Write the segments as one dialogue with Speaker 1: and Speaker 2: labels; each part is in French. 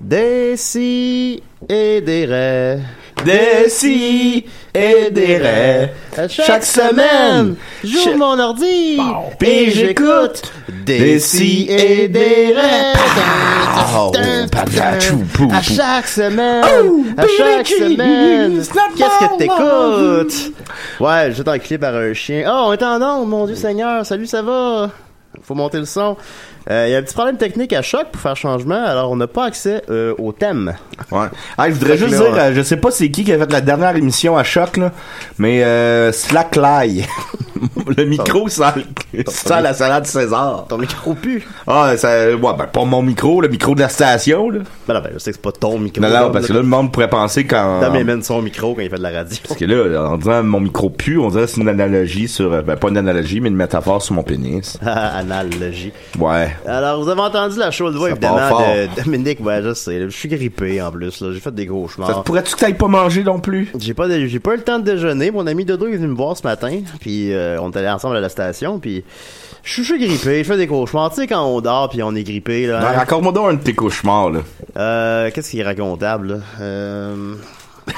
Speaker 1: Des si et des raies.
Speaker 2: Des si et des raies.
Speaker 1: À
Speaker 2: Chaque semaine,
Speaker 1: j'ouvre
Speaker 2: je-
Speaker 1: mon ordi,
Speaker 2: Bon.
Speaker 1: et j'écoute
Speaker 2: Des si et des Oh, raies. Pow, patachou, pou, pou.
Speaker 1: À chaque semaine,
Speaker 2: Oh,
Speaker 1: à chaque
Speaker 2: Billy Jean,
Speaker 1: semaine,
Speaker 2: snap
Speaker 1: qu'est-ce que
Speaker 2: on,
Speaker 1: t'écoutes? Ouais, j'étais un clip par un chien. Oh, on est en onde, mon Dieu Seigneur, salut, ça va? Faut monter le son. Euh, Il y a un petit problème technique à choc pour faire changement, alors on n'a pas accès euh, au thème.
Speaker 2: Ouais. Ah, je voudrais
Speaker 1: Fait que
Speaker 2: juste
Speaker 1: là,
Speaker 2: dire,
Speaker 1: ouais.
Speaker 2: euh, je sais pas c'est qui qui a fait la dernière émission à choc, là, mais euh, Slack Lie. le micro sans, sans la salade César.
Speaker 1: Ton micro pue.
Speaker 2: Ah, ça, ouais, ben, pas mon micro, le micro de la station, là.
Speaker 1: Ben non, ben, je sais que c'est pas ton micro.
Speaker 2: Non, non, parce que là, le monde pourrait penser quand.
Speaker 1: Tom il mène son micro quand il fait de la radio.
Speaker 2: Parce que là, en disant mon micro pue, on dirait que c'est une analogie sur, euh, ben, pas une analogie, mais une métaphore sur mon pénis.
Speaker 1: Ah, Analogie.
Speaker 2: Ouais.
Speaker 1: Alors, vous avez entendu la chaude voix,
Speaker 2: Ça
Speaker 1: évidemment,
Speaker 2: part fort.
Speaker 1: de Dominique. Ouais, je sais. là, Je suis grippé, en plus. là, J'ai fait des gros
Speaker 2: Ça te
Speaker 1: chemins.
Speaker 2: pourrais-tu que t'ailles pas manger non plus?
Speaker 1: J'ai pas, de- j'ai pas eu le temps de déjeuner. Mon ami Dodo est venu me voir ce matin. Puis, euh, on est allé ensemble à la station. Puis, je suis- je suis grippé. Je fais des cauchemars. Tu sais, quand on dort, puis on est grippé, là. hein.
Speaker 2: Ben, Raconte-moi donc un de tes cauchemars, là.
Speaker 1: Euh, qu'est-ce qui est racontable, là? Euh...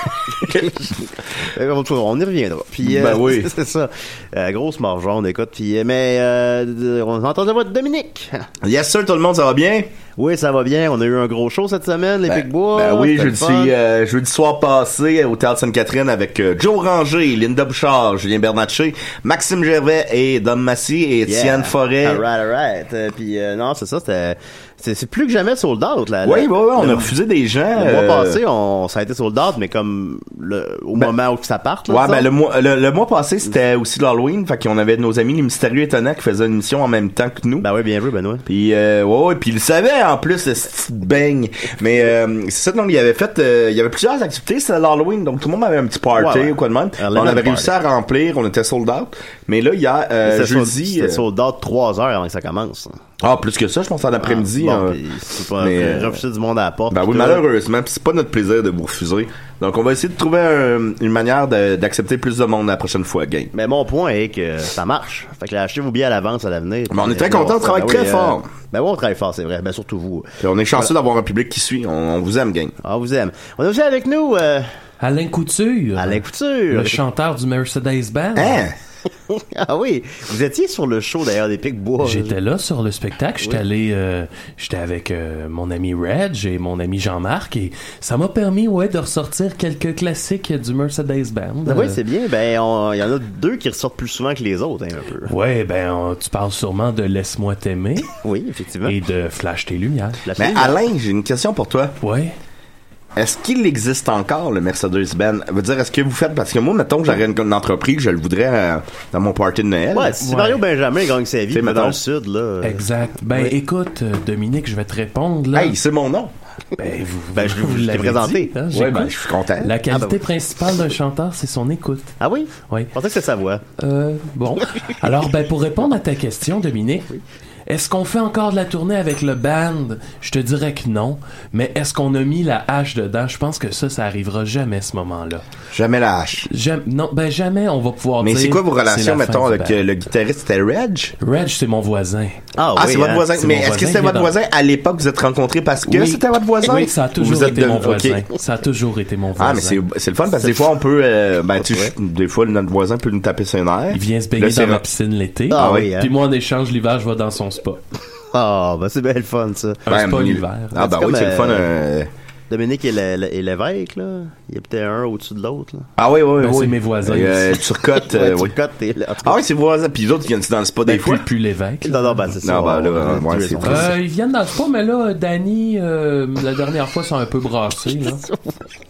Speaker 1: on y reviendra. Puis, euh,
Speaker 2: Ben oui.
Speaker 1: c'est ça. Euh, grosse marge, on écoute. Puis, euh, mais euh, on entend la voix de Dominique.
Speaker 2: Yes, sir, tout le monde, ça va bien?
Speaker 1: oui, ça va bien. On a eu un gros show cette semaine, les
Speaker 2: Ben-
Speaker 1: Picbois.
Speaker 2: ben
Speaker 1: C'était
Speaker 2: oui, je
Speaker 1: le
Speaker 2: le
Speaker 1: fun.
Speaker 2: suis euh, jeudi soir passé euh, au Théâtre Sainte-Catherine avec euh, Joe Ranger, Linda Bouchard, Julien Bernatchez, Maxime Gervais et Dom Massy et
Speaker 1: Yeah.
Speaker 2: Étienne Forêt.
Speaker 1: Alright, alright. Euh, puis, euh, non, c'est ça. c'était- C'est c'est plus que jamais sold out. Là,
Speaker 2: Oui, oui,
Speaker 1: Le-
Speaker 2: oui, on
Speaker 1: le-
Speaker 2: a refusé des gens.
Speaker 1: Le mois
Speaker 2: euh,
Speaker 1: passé, hein, on, ça a été sold out, mais comme le, au
Speaker 2: Ben-
Speaker 1: moment où ça part. là,
Speaker 2: Ouais,
Speaker 1: disons.
Speaker 2: ben le mois, le, le mois passé, c'était aussi l'Halloween, fait qu'on avait nos amis les mystérieux étonnants qui faisaient une émission en même temps que nous.
Speaker 1: Ben oui, bien vu, Benoît.
Speaker 2: Puis euh, ouais, ouais, puis il savait en plus ce petit beigne. Mais euh, c'est ça donc il avait fait euh, il y avait plusieurs activités, c'était l'Halloween donc tout le monde avait un petit party
Speaker 1: Ouais, ouais.
Speaker 2: ou quoi de même.
Speaker 1: Un
Speaker 2: on avait
Speaker 1: party.
Speaker 2: réussi à remplir, on était sold out. Mais là il y a euh,
Speaker 1: C'était sold-
Speaker 2: jeudi
Speaker 1: C'était
Speaker 2: euh,
Speaker 1: sold out trois heures avant que ça commence. Ah,
Speaker 2: Ah, plus que ça, je pense en après-midi.
Speaker 1: Bon,
Speaker 2: hein.
Speaker 1: puis c'est pas
Speaker 2: mais,
Speaker 1: euh,
Speaker 2: euh,
Speaker 1: refuser du monde à la porte.
Speaker 2: Ben
Speaker 1: puis
Speaker 2: oui,
Speaker 1: tout.
Speaker 2: malheureusement, puis c'est pas notre plaisir de vous refuser. Donc on va essayer de trouver un- une manière de- d'accepter plus de monde la prochaine fois, gang.
Speaker 1: Mais mon point est que ça marche. Fait que là, achetez vos billets à l'avance à l'avenir.
Speaker 2: Mais on est
Speaker 1: Puis,
Speaker 2: très
Speaker 1: euh,
Speaker 2: contents, on
Speaker 1: fait-
Speaker 2: travaille
Speaker 1: ben
Speaker 2: très
Speaker 1: oui, euh,
Speaker 2: fort.
Speaker 1: Ben oui, on travaille fort, c'est vrai. Ben surtout vous.
Speaker 2: Puis on est chanceux d'avoir un public qui suit. On, on vous aime, gang.
Speaker 1: Ah, on vous aime. On a aussi avec nous euh,
Speaker 3: Alain Couture.
Speaker 1: Alain Couture.
Speaker 3: Le chanteur du Mercedes Band.
Speaker 2: Hein?
Speaker 1: Ah oui, vous étiez sur le show d'ailleurs des Pics-Bois.
Speaker 3: J'étais là sur le spectacle, j'étais allé, euh, j'étais avec euh, mon ami Reg et mon ami Jean-Marc et ça m'a permis ouais de ressortir quelques classiques du Mercedes Band.
Speaker 1: Ah oui,
Speaker 3: Euh,
Speaker 1: c'est bien. Ben, on- il y en a deux qui ressortent plus souvent que les autres, hein, un peu.
Speaker 3: Ouais, ben on- tu parles sûrement de Laisse-moi t'aimer
Speaker 1: Oui, effectivement.
Speaker 3: et de Flash tes lumières.
Speaker 1: La
Speaker 2: Mais
Speaker 1: fille, là,
Speaker 2: Alain, j'ai une question pour toi.
Speaker 3: Ouais.
Speaker 2: Est-ce qu'il existe encore le Mercedes-Benz? Veut dire, est-ce que vous faites, parce que moi, mettons, j'aurais une, une entreprise, je le voudrais euh, dans mon party de Noël.
Speaker 1: Ouais, si
Speaker 3: Ouais.
Speaker 1: Mario Benjamin gagne sa vie,
Speaker 2: T'sais,
Speaker 1: il va
Speaker 2: mettons-
Speaker 1: dans le sud, là. euh,
Speaker 3: Exact. Ben
Speaker 1: Oui.
Speaker 3: écoute, euh, Dominique, je vais te répondre là.
Speaker 2: Hey, c'est mon nom.
Speaker 3: ben, vous,
Speaker 1: Ben, je-
Speaker 3: vous
Speaker 1: je t'ai
Speaker 3: l'avez
Speaker 1: présenté.
Speaker 3: dit, hein,
Speaker 2: Ouais, ben,
Speaker 3: j'écoute.
Speaker 2: je suis content.
Speaker 3: La qualité
Speaker 1: Ah, ben oui.
Speaker 3: principale d'un chanteur, c'est son écoute.
Speaker 1: Ah oui?
Speaker 3: Oui.
Speaker 1: Je pensais que c'était sa voix.
Speaker 3: Euh, bon. Alors, ben, pour répondre à ta question, Dominique, est-ce qu'on fait encore de la tournée avec le band? Je te dirais que non. Mais est-ce qu'on a mis la hache dedans? Je pense que ça, ça arrivera jamais, ce moment-là.
Speaker 2: Jamais la hache.
Speaker 3: Jamais- non, ben, jamais on va pouvoir
Speaker 2: Mais
Speaker 3: dire...
Speaker 2: c'est quoi vos
Speaker 3: c'est
Speaker 2: relations,
Speaker 3: la fin
Speaker 2: mettons,
Speaker 3: du
Speaker 2: avec
Speaker 3: band.
Speaker 2: euh, le guitariste, c'était Reg?
Speaker 3: Reg, c'est mon voisin.
Speaker 1: Ah,
Speaker 2: Ah,
Speaker 1: oui,
Speaker 2: c'est votre
Speaker 1: hein.
Speaker 2: voisin.
Speaker 3: C'est
Speaker 2: Mais
Speaker 3: mon
Speaker 2: est-ce que
Speaker 3: voisin,
Speaker 2: c'était
Speaker 3: il est
Speaker 2: votre
Speaker 3: dans-
Speaker 2: voisin à l'époque que vous êtes rencontrés parce que
Speaker 3: Oui.
Speaker 2: c'était votre voisin?
Speaker 3: Oui, ça a
Speaker 2: Ou vous
Speaker 3: toujours
Speaker 2: êtes
Speaker 3: été
Speaker 2: de-
Speaker 3: mon
Speaker 2: ok.
Speaker 3: voisin. Ça a toujours été mon voisin.
Speaker 2: Ah, mais c'est c'est le fun parce que des fois, on peut, euh, ben, tu sais, des fois, notre voisin peut nous taper sur les nerfs.
Speaker 3: Il vient se
Speaker 2: Là,
Speaker 3: baigner
Speaker 2: c'est
Speaker 3: dans ma
Speaker 2: ra-
Speaker 3: piscine l'été.
Speaker 1: Ah oui, hein.
Speaker 3: Puis moi, en échange, l'hiver, je vais dans son spa.
Speaker 1: Ah, ben c'est bien le fun, ça.
Speaker 3: Un
Speaker 2: Ben,
Speaker 3: spa
Speaker 2: il-
Speaker 3: l'hiver.
Speaker 2: Ah, ben
Speaker 1: C'est
Speaker 2: oui,
Speaker 1: comme,
Speaker 2: c'est le fun.
Speaker 1: euh,
Speaker 2: euh,
Speaker 1: Dominique et le- le- et l'évêque, là. Il y a peut-être un au-dessus de l'autre, là.
Speaker 2: Ah oui, oui,
Speaker 3: Ben,
Speaker 2: oui.
Speaker 3: c'est mes voisins
Speaker 2: Euh,
Speaker 3: aussi.
Speaker 2: Turcotte, euh,
Speaker 1: Ouais,
Speaker 2: oui.
Speaker 1: Turcotte, t'es là. En tout cas,
Speaker 2: Ah oui, c'est voisin. Puis les autres, ils viennent dans le spa des
Speaker 3: Ben,
Speaker 2: fois.
Speaker 3: plus, plus l'évêque.
Speaker 1: Non, non, ben, c'est ça.
Speaker 2: Non, ben, là,
Speaker 1: on-
Speaker 2: ouais,
Speaker 1: tu es
Speaker 2: c'est
Speaker 1: son-
Speaker 2: vrai.
Speaker 3: Euh, ils viennent dans le spa, mais là, euh, Danny, euh, la dernière fois, sont un peu brassé. Là.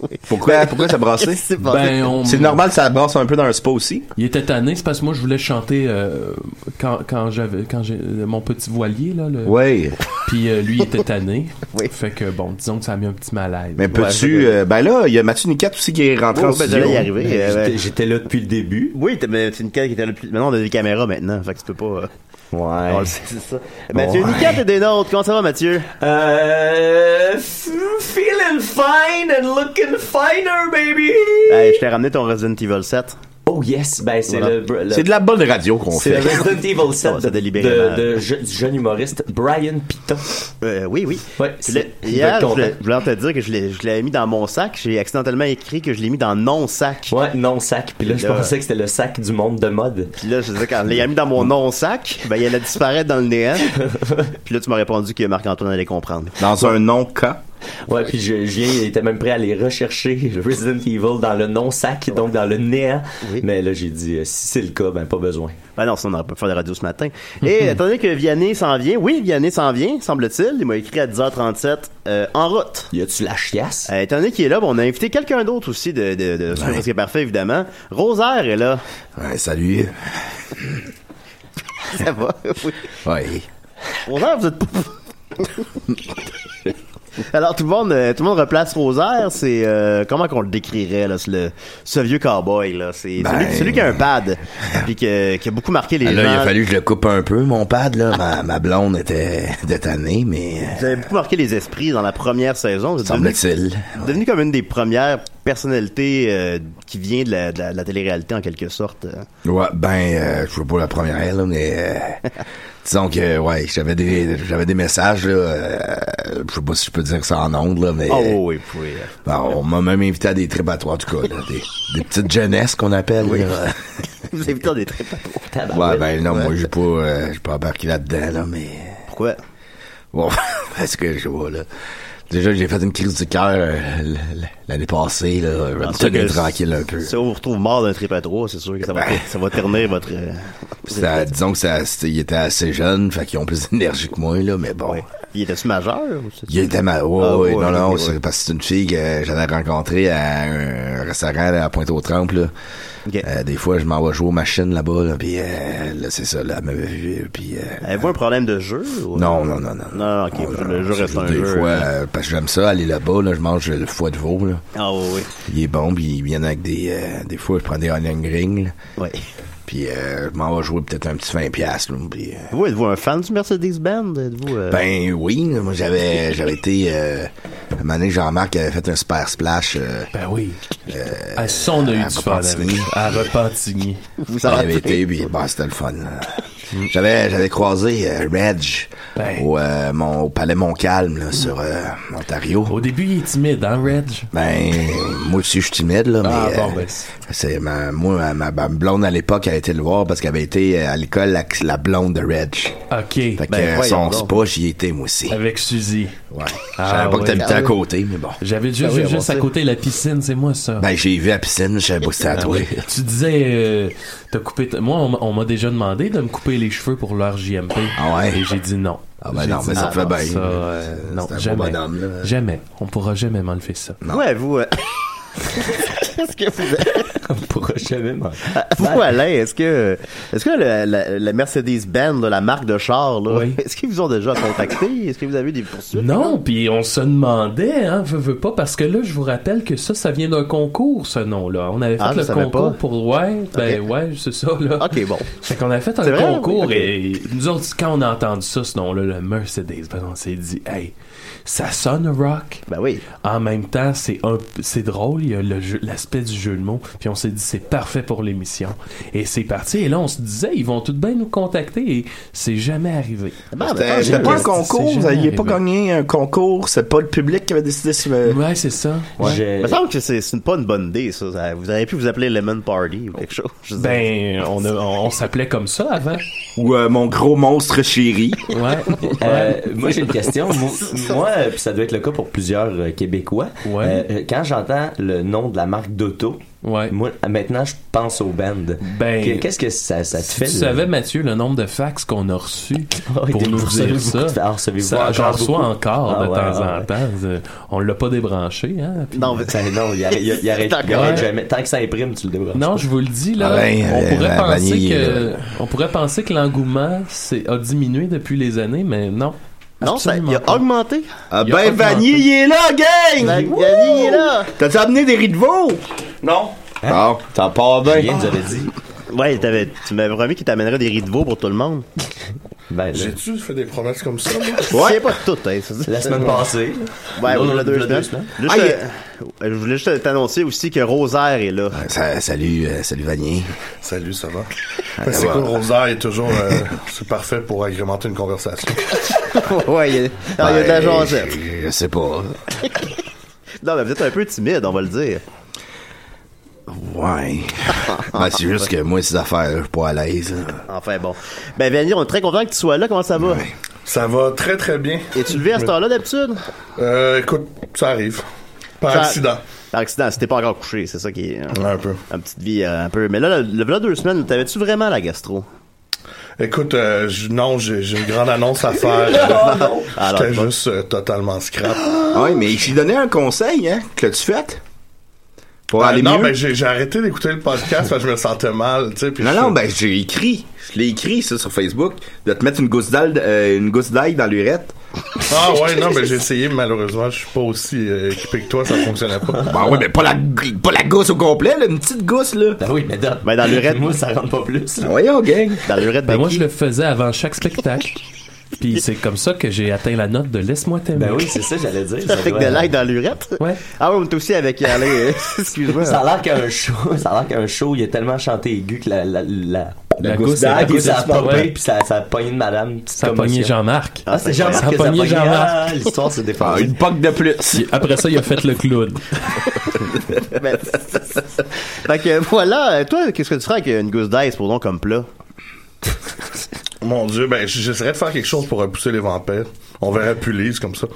Speaker 1: Ben,
Speaker 2: Pourquoi, pourquoi ça brassait?
Speaker 1: Qu'est-ce qui s'est passé?
Speaker 3: Ben, on...
Speaker 2: C'est normal, ça brasse un peu dans un spa aussi.
Speaker 3: Il était tanné, c'est parce que moi, je voulais chanter euh, quand, quand j'avais quand j'ai euh, mon petit voilier, là. Le...
Speaker 2: Oui.
Speaker 3: Puis euh, lui, il était tanné.
Speaker 1: Oui.
Speaker 3: Fait que, bon, disons que ça a mis un petit malaise.
Speaker 2: Mais
Speaker 1: Ouais,
Speaker 2: peux-tu,
Speaker 1: c'est vrai.
Speaker 2: euh, ben là, il y a Mathieu Niquette aussi qui est rentré
Speaker 1: Oh,
Speaker 2: en
Speaker 1: ben,
Speaker 2: studio.
Speaker 1: j'allais y arriver. euh, ben.
Speaker 4: J'étais- J'étais là depuis le début.
Speaker 1: Oui, t'as- mais c'est une cale qui était le plus. Maintenant, on a des caméras maintenant, fait que tu peux pas. euh,
Speaker 4: Ouais.
Speaker 1: on le sait, c'est ça. Mathieu, Niquette est des nôtres. Comment ça va, Mathieu?
Speaker 4: Euh, f- feeling fine and looking finer, baby.
Speaker 1: Hey, je t'ai ramené ton Resident Evil 7.
Speaker 4: Oh Oh yes, ben c'est
Speaker 1: Voilà.
Speaker 4: le, br- le-
Speaker 2: C'est de la bonne radio qu'on
Speaker 1: C'est
Speaker 2: fait.
Speaker 4: le Resident Evil 7
Speaker 1: Ça, ça
Speaker 4: de,
Speaker 1: délibérait mal.
Speaker 4: de- de je- du jeune humoriste Brian Piton.
Speaker 1: Euh, oui, oui.
Speaker 4: Ouais,
Speaker 1: Je l'ai-
Speaker 4: c'est-
Speaker 1: Hier,
Speaker 4: je
Speaker 1: je
Speaker 4: dois être
Speaker 1: voulais- je voulais te dire que je l'ai- je l'avais mis dans mon sac. J'ai accidentellement écrit que je l'ai mis dans non-sac.
Speaker 4: Ouais, non sac. Puis là, je
Speaker 1: Là.
Speaker 4: pensais que c'était le sac du monde de mode.
Speaker 1: Puis là, je disais, quand je l'ai mis dans mon non-sac, ben, il allait disparaître dans le néant. Puis là, tu m'as répondu que Marc-Antoine allait comprendre.
Speaker 2: Dans un non-cas.
Speaker 4: Ouais, puis je, viens, était même prêt à aller rechercher le Resident Evil dans le non sac, donc dans le néant.
Speaker 1: Oui.
Speaker 4: Mais là, j'ai dit euh, si c'est le cas, ben pas besoin.
Speaker 1: Ben non, sinon on n'aurait pas pu faire de radio ce matin. Et étant donné que Vianney s'en vient, oui, Vianney s'en vient, semble-t-il. Il m'a écrit à 10h37 euh, en route.
Speaker 4: Y a-tu la chiasse
Speaker 1: Euh, étant donné qu'il est là, ben, on a invité quelqu'un d'autre aussi de, de, de Super Presque Parfait, évidemment. Rosaire est là.
Speaker 2: Ouais, salut.
Speaker 1: Ça va, oui.
Speaker 2: Ouais.
Speaker 1: Rosaire, vous êtes pas... Alors tout le monde, euh, tout le monde replace Rosaire. C'est euh, comment qu'on le décrirait là, ce, le- ce vieux cowboy là. C'est
Speaker 2: Ben-
Speaker 1: celui, celui qui a un pad, puis que- qui a beaucoup marqué les
Speaker 2: Là, il
Speaker 1: gens.
Speaker 2: a fallu que je le coupe un peu, mon pad, là. Ma, ma blonde était détannée, mais euh,
Speaker 1: Vous avez beaucoup marqué les esprits dans la première saison. Vous êtes devenu,
Speaker 2: semble-t-il.
Speaker 1: devenu comme une des premières personnalités euh, qui vient de la, de la- de la télé-réalité en quelque sorte. euh.
Speaker 2: Ouais, ben, euh, je suis pas la première, là, mais euh, disons que, ouais, j'avais des, j'avais des messages, là, euh, je sais pas si je peux dire ça en ondes, là, mais
Speaker 1: Oh oui, oui. euh,
Speaker 2: ben, on m'a même invité à des trips à toi, en tout cas, là, des, des petites jeunesses qu'on appelle. là.
Speaker 1: Vous avez des très
Speaker 2: Ouais, ben non, moi, j'ai pas, euh, j'ai pas embarqué là-dedans, là, mais... euh,
Speaker 1: Pourquoi?
Speaker 2: Bon, parce que je vois, là. Déjà, j'ai fait une crise du cœur euh, l- l- l'année passée, là. Je vais me
Speaker 1: C'est sûr
Speaker 2: tenir
Speaker 1: que
Speaker 2: tranquille un peu. Ben.
Speaker 1: Si on vous retrouve mort d'un trip à trois, c'est sûr que ça va, ça va ternir votre... euh,
Speaker 2: Ça, disons que ça, c'était- il était assez jeune, fait qu'ils ont plus d'énergie que moi, là, mais bon.
Speaker 1: ouais. Il était-tu majeur? ou c'est-
Speaker 2: Il était mal. Ouais,
Speaker 1: Ah,
Speaker 2: ouais,
Speaker 1: ouais,
Speaker 2: non, non,
Speaker 1: ouais.
Speaker 2: c'est parce que c'est une fille que j'avais rencontrée à un restaurant là, à Pointe-aux-Trembles. là.
Speaker 1: Ok.
Speaker 2: Euh, des fois, je m'en vais jouer aux machines là-bas, là, puis euh, là, c'est ça, là, elle m'avait vu, puis... euh,
Speaker 1: Avez-vous un problème de jeu? ou-
Speaker 2: Non, non, non, non.
Speaker 1: Non, non, ok, le jeu
Speaker 2: c'est
Speaker 1: reste
Speaker 2: juste
Speaker 1: un
Speaker 2: des
Speaker 1: jeu,
Speaker 2: fois,
Speaker 1: hein.
Speaker 2: euh, parce que j'aime ça, aller là-bas, là, je mange le foie de veau, là.
Speaker 1: Ah oui,
Speaker 2: Il est bon, puis ils viennent avec des... euh, des fois, je prends des onion rings, là,
Speaker 1: oui.
Speaker 2: puis euh, je m'en vais jouer peut-être un petit 20 piastres, là, puis... euh,
Speaker 1: Vous, êtes-vous un fan du Mercedes-Benz? Êtes-vous... euh,
Speaker 2: ben oui, là, moi j'avais j'avais été euh, un moment donné, Jean-Marc avait fait un super splash euh,
Speaker 3: Ben oui. à ça, on a eu
Speaker 2: à
Speaker 3: du fun avec.
Speaker 2: Repentigny.
Speaker 3: À Repentigny.
Speaker 1: vous
Speaker 2: Ça
Speaker 1: sentez-
Speaker 2: avait été, puis bah, c'était le fun. J'avais, j'avais croisé euh, Reg
Speaker 3: Ben.
Speaker 2: au, euh, mon, au Palais Montcalm, là, sur euh, Ontario.
Speaker 3: Au début, il est timide, hein, Reg?
Speaker 2: Ben, moi aussi, je suis timide, là, mais...
Speaker 3: Ah, bon,
Speaker 2: euh,
Speaker 3: ben,
Speaker 2: c'est ma, moi, ma, ma blonde à l'époque a été le voir parce qu'elle avait été euh, à l'école la, la blonde de Reg.
Speaker 3: OK.
Speaker 2: Fait que
Speaker 1: Ben,
Speaker 2: euh, son
Speaker 1: voyons donc.
Speaker 2: spa, j'y étais, moi aussi.
Speaker 3: Avec Suzy.
Speaker 2: Ouais.
Speaker 3: Ah,
Speaker 2: Je savais pas que
Speaker 3: ouais.
Speaker 2: t'habitais à côté, mais bon.
Speaker 3: J'avais juste,
Speaker 1: oui,
Speaker 3: juste
Speaker 1: on
Speaker 3: à
Speaker 1: sait.
Speaker 3: côté la piscine, c'est moi ça.
Speaker 2: Ben, j'ai vu à la piscine, je savais pas que c'était à toi.
Speaker 3: Tu disais, euh, t'as coupé. t- Moi, on, m'a- on m'a déjà demandé de me couper les cheveux pour leur JMP.
Speaker 2: Ah ouais?
Speaker 3: Et j'ai dit non.
Speaker 2: Ah ben
Speaker 3: J'ai
Speaker 2: non,
Speaker 3: dit
Speaker 2: mais ça
Speaker 3: non,
Speaker 2: fait bien.
Speaker 3: ça, euh,
Speaker 2: C'est-
Speaker 3: non,
Speaker 2: c'est un beau
Speaker 3: jamais.
Speaker 2: bonhomme, là.
Speaker 3: Jamais. On pourra jamais m'enlever ça.
Speaker 1: Ouais, vous... euh, Qu'est-ce que vous êtes?
Speaker 4: Pourquoi jamais moi
Speaker 1: Vous, Alain, est-ce que, est-ce que la, la- la Mercedes-Benz, là, la marque de char, là,
Speaker 3: Oui.
Speaker 1: est-ce qu'ils vous ont déjà contacté? Est-ce que vous avez eu des poursuites?
Speaker 3: Non, puis on se demandait, hein, veux, veux pas, parce que là, je vous rappelle que ça, ça vient d'un concours, ce nom-là. On avait fait
Speaker 1: Ah, je
Speaker 3: le
Speaker 1: savais
Speaker 3: concours
Speaker 1: pas.
Speaker 3: pour, ouais, ben ouais, c'est ça, là.
Speaker 1: OK, bon.
Speaker 3: Fait qu'on a fait un
Speaker 1: C'est vrai?
Speaker 3: concours
Speaker 1: Oui, ok.
Speaker 3: et nous autres, quand on a entendu ça, ce nom-là, le Mercedes, ben on s'est dit, hey, ça sonne rock.
Speaker 1: Ben oui.
Speaker 3: En même temps, c'est un, p- c'est drôle, il y a le jeu- l'aspect du jeu de mots, puis on s'est dit c'est parfait pour l'émission. Et c'est parti. Et là, on se disait ils vont tout de bien nous contacter et c'est jamais arrivé.
Speaker 1: Bon, ben, tant
Speaker 2: C'était c'était
Speaker 1: mieux.
Speaker 2: Euh, Ah, pas un
Speaker 3: C'est
Speaker 2: concours,
Speaker 3: jamais
Speaker 2: vous n'aviez pas
Speaker 3: arrivé.
Speaker 2: gagné un concours, c'est pas le public qui avait décidé si. euh,
Speaker 3: Ouais, c'est ça. Ouais.
Speaker 1: Il
Speaker 4: J'ai-
Speaker 1: me semble que c'est c'est pas une bonne idée, ça. Ça- Vous avez pu vous appeler Lemon Party ou quelque chose. je sais.
Speaker 3: Ben, on, a- on, on s'appelait comme ça avant.
Speaker 2: Ou euh, mon gros monstre chéri.
Speaker 3: Ouais.
Speaker 4: Euh, moi, j'ai une question. Moi, moi, euh, puis ça doit être le cas pour plusieurs euh, Québécois.
Speaker 3: Ouais.
Speaker 4: Euh, euh, quand j'entends le nom de la marque d'auto,
Speaker 3: Ouais.
Speaker 4: moi, maintenant, je pense au band.
Speaker 3: Ben,
Speaker 4: Que- Qu'est-ce que ça, ça te
Speaker 3: Si
Speaker 4: fait?
Speaker 3: tu
Speaker 4: là?
Speaker 3: savais, Mathieu, le nombre de fax qu'on a reçus
Speaker 4: Ah oui,
Speaker 3: pour
Speaker 4: des-
Speaker 3: nous
Speaker 4: vous
Speaker 3: dire
Speaker 4: recevez beaucoup
Speaker 3: ça.
Speaker 4: de fax. Ah, recevez-vous
Speaker 3: Ça, J'en
Speaker 4: encore
Speaker 3: reçois
Speaker 4: beaucoup?
Speaker 3: encore
Speaker 4: Ah
Speaker 3: de
Speaker 4: ouais,
Speaker 3: temps
Speaker 4: ah
Speaker 3: en
Speaker 4: ouais.
Speaker 3: temps. Euh, On l'a pas débranché. Hein? puis-
Speaker 1: non, mais-
Speaker 4: Ça, Ben, non, il arrête, il arrête- il arrête
Speaker 1: D'accord.
Speaker 4: jamais. Tant que ça imprime, tu le débranches.
Speaker 3: Non, je vous le dis là,
Speaker 2: Ah ben,
Speaker 3: on,
Speaker 2: euh,
Speaker 3: pourrait
Speaker 2: la
Speaker 3: penser
Speaker 2: vanille,
Speaker 3: que,
Speaker 2: euh.
Speaker 3: on pourrait penser que l'engouement c'est- a diminué depuis les années, mais non.
Speaker 1: non, ça, il
Speaker 3: Absolument
Speaker 1: a
Speaker 3: pas.
Speaker 1: augmenté.
Speaker 2: Ah
Speaker 3: Il a
Speaker 2: ben,
Speaker 3: augmenté.
Speaker 2: Vanier, il est là,
Speaker 1: La
Speaker 2: gang!
Speaker 1: Yannick est là.
Speaker 2: T'as-tu amené des riz de veau?
Speaker 4: Non.
Speaker 1: Hein?
Speaker 2: Non, t'as pas
Speaker 4: Rien nous avait dit.
Speaker 1: Ouais, t'avais- tu m'avais promis qu'il t'amènerait des riz de veau pour tout le monde.
Speaker 4: Ben, là,
Speaker 5: J'ai-tu fait des promesses comme ça, moi?
Speaker 1: Ouais. C'est pas tout, hein. ça.
Speaker 4: la semaine passée.
Speaker 1: Ouais,
Speaker 4: Non,
Speaker 1: oui,
Speaker 4: non,
Speaker 1: la deux
Speaker 4: la
Speaker 1: semaines.
Speaker 4: deux semaines.
Speaker 1: Juste,
Speaker 2: Ah,
Speaker 1: euh, Je voulais juste t'annoncer aussi que Rosaire est là.
Speaker 2: Ça- salut, euh, salut Vanier.
Speaker 5: Salut, ça va? Ben, c'est
Speaker 2: va.
Speaker 5: cool, Rosaire est toujours... euh, c'est parfait pour agrémenter une conversation.
Speaker 1: ouais, il y a, non, Ah, il y a de la
Speaker 2: Ben,
Speaker 1: jasette.
Speaker 2: Je je sais pas.
Speaker 1: Non, mais vous êtes un peu timide, on va le dire.
Speaker 2: Ouais. Ben, c'est juste que moi, ces affaires, là, je suis pas à l'aise. hein. là.
Speaker 1: Enfin bon. Ben, Vanier, on est très content que tu sois là. Comment ça va?
Speaker 2: Ouais.
Speaker 5: ça va très, très bien.
Speaker 1: Et tu le vis à cette heure-là d'habitude?
Speaker 5: Euh, écoute, ça arrive. Par
Speaker 1: Ça-
Speaker 5: accident.
Speaker 1: Par accident, c'était pas encore couché, c'est ça qui est. euh,
Speaker 5: Ouais, un peu.
Speaker 1: Une petite vie euh, un peu. Mais là, le, le v'là deux semaines, t'avais-tu vraiment la gastro?
Speaker 5: Écoute, euh, je- non, j'ai j'ai une grande annonce à faire. J'étais
Speaker 1: Alors,
Speaker 5: juste euh, totalement scrap.
Speaker 2: Ah Ouais, mais je lui donnais un conseil, hein, que l'as-tu fait? Pour
Speaker 5: Euh,
Speaker 2: aller
Speaker 5: non,
Speaker 2: mieux?
Speaker 5: ben, j'ai j'ai arrêté d'écouter le podcast parce que je me sentais mal, tu sais. puis
Speaker 2: non,
Speaker 5: je-
Speaker 2: non, ben, j'ai écrit. Je l'ai écrit, ça, sur Facebook, de te mettre une gousse d'ail, euh, une gousse d'ail dans l'urette.
Speaker 5: Ah ouais, non, ben, j'ai essayé, mais malheureusement, je suis pas aussi euh, équipé que toi, ça fonctionnait pas.
Speaker 2: Ben oui, mais pas la, pas la gousse au complet, là, une petite gousse, là.
Speaker 4: Ben oui, mais dans,
Speaker 1: Ben, dans l'urette.
Speaker 4: moi, ça rentre pas plus. là.
Speaker 2: Ben, Voyons, gang.
Speaker 1: dans l'urette
Speaker 3: Ben
Speaker 1: de
Speaker 3: moi,
Speaker 1: qui?
Speaker 3: je le faisais avant chaque spectacle. Puis c'est comme ça que j'ai atteint la note de Laisse-moi t'aimer.
Speaker 4: Ben oui, c'est ça, j'allais dire.
Speaker 1: Ça fait que
Speaker 4: doit-
Speaker 1: de l'ail dans l'urette?
Speaker 3: Ouais.
Speaker 1: Ah oui, on est aussi avec Alain. euh, Excuse-moi.
Speaker 4: Ça a l'air qu'un show, ça a l'air qu'un show, il a tellement chanté aigu que la, la, la,
Speaker 3: La
Speaker 4: la
Speaker 3: gousse
Speaker 4: gousse d'ail,
Speaker 3: d'ail,
Speaker 4: ça a
Speaker 3: c'est pas vrai.
Speaker 4: popé, puis ça, ça a pogné de madame. petite
Speaker 3: Ça a pogné
Speaker 4: commotion.
Speaker 3: Jean-Marc.
Speaker 4: Ah, c'est Jean-Marc
Speaker 3: Ça a
Speaker 4: que ça a
Speaker 3: pogné
Speaker 4: pogné.
Speaker 3: Jean-Marc.
Speaker 4: Ah, L'histoire s'est
Speaker 2: Ah,
Speaker 4: défendue.
Speaker 2: une poque de plus.
Speaker 3: Puis Après ça, il a fait le clown.
Speaker 1: Ben, fait que voilà, Euh, toi, qu'est-ce que tu ferais avec une gousse d'ail, pour donc comme plat?
Speaker 5: Mon Dieu, ben, j- j'essaierais de faire quelque chose pour repousser les vampires. On verrait plus Lise comme ça.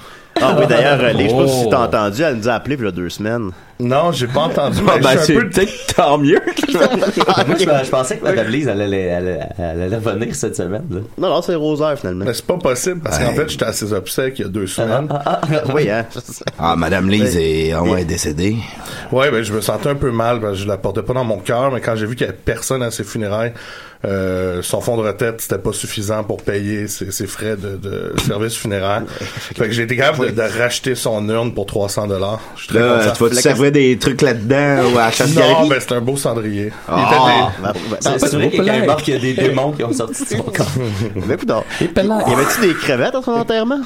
Speaker 1: Ah oui, d'ailleurs, euh, Lise, je sais pas si
Speaker 3: Oh.
Speaker 1: t'as entendu, elle nous a appelé il y a deux semaines.
Speaker 5: Non, j'ai pas entendu.
Speaker 2: Ah,
Speaker 5: mais
Speaker 2: ben,
Speaker 5: je suis
Speaker 2: c'est
Speaker 5: un peu...
Speaker 2: peut-être tant mieux.
Speaker 4: Moi, je, je pensais que Madame Lise allait, allait, allait, allait venir cette semaine. Là.
Speaker 1: Non, non, c'est Rosaire, finalement.
Speaker 5: Mais c'est pas possible parce qu'en fait, j'étais à ses obsèques il y a deux semaines.
Speaker 1: oui, hein.
Speaker 2: Ah, Madame Lise est, ah ouais, décédée.
Speaker 5: Ouais, ben je me sentais un peu mal parce que je la portais pas dans mon cœur, mais quand j'ai vu qu'il y avait personne à ses funérailles, euh, son fonds de retraite c'était pas suffisant pour payer ses, ses frais de, de service funéraire. fait que j'ai été capable de, de racheter son urne pour 300 dollars. Je suis très
Speaker 2: Là, tu
Speaker 5: content.
Speaker 2: vas te servir des trucs là-dedans ou à la chasse
Speaker 5: Non, ben c'est un beau cendrier.
Speaker 2: Ah,
Speaker 1: Ben, ben,
Speaker 4: C'est
Speaker 3: c'est
Speaker 4: c'est vrai
Speaker 3: beau
Speaker 4: qu'il y a
Speaker 3: plaque.
Speaker 4: quelqu'un mort qu'il y a des démons qui ont sorti de son corps.
Speaker 1: ben, coudonc.
Speaker 3: Et Pella.
Speaker 1: Y avait-tu des crevettes à son enterrement?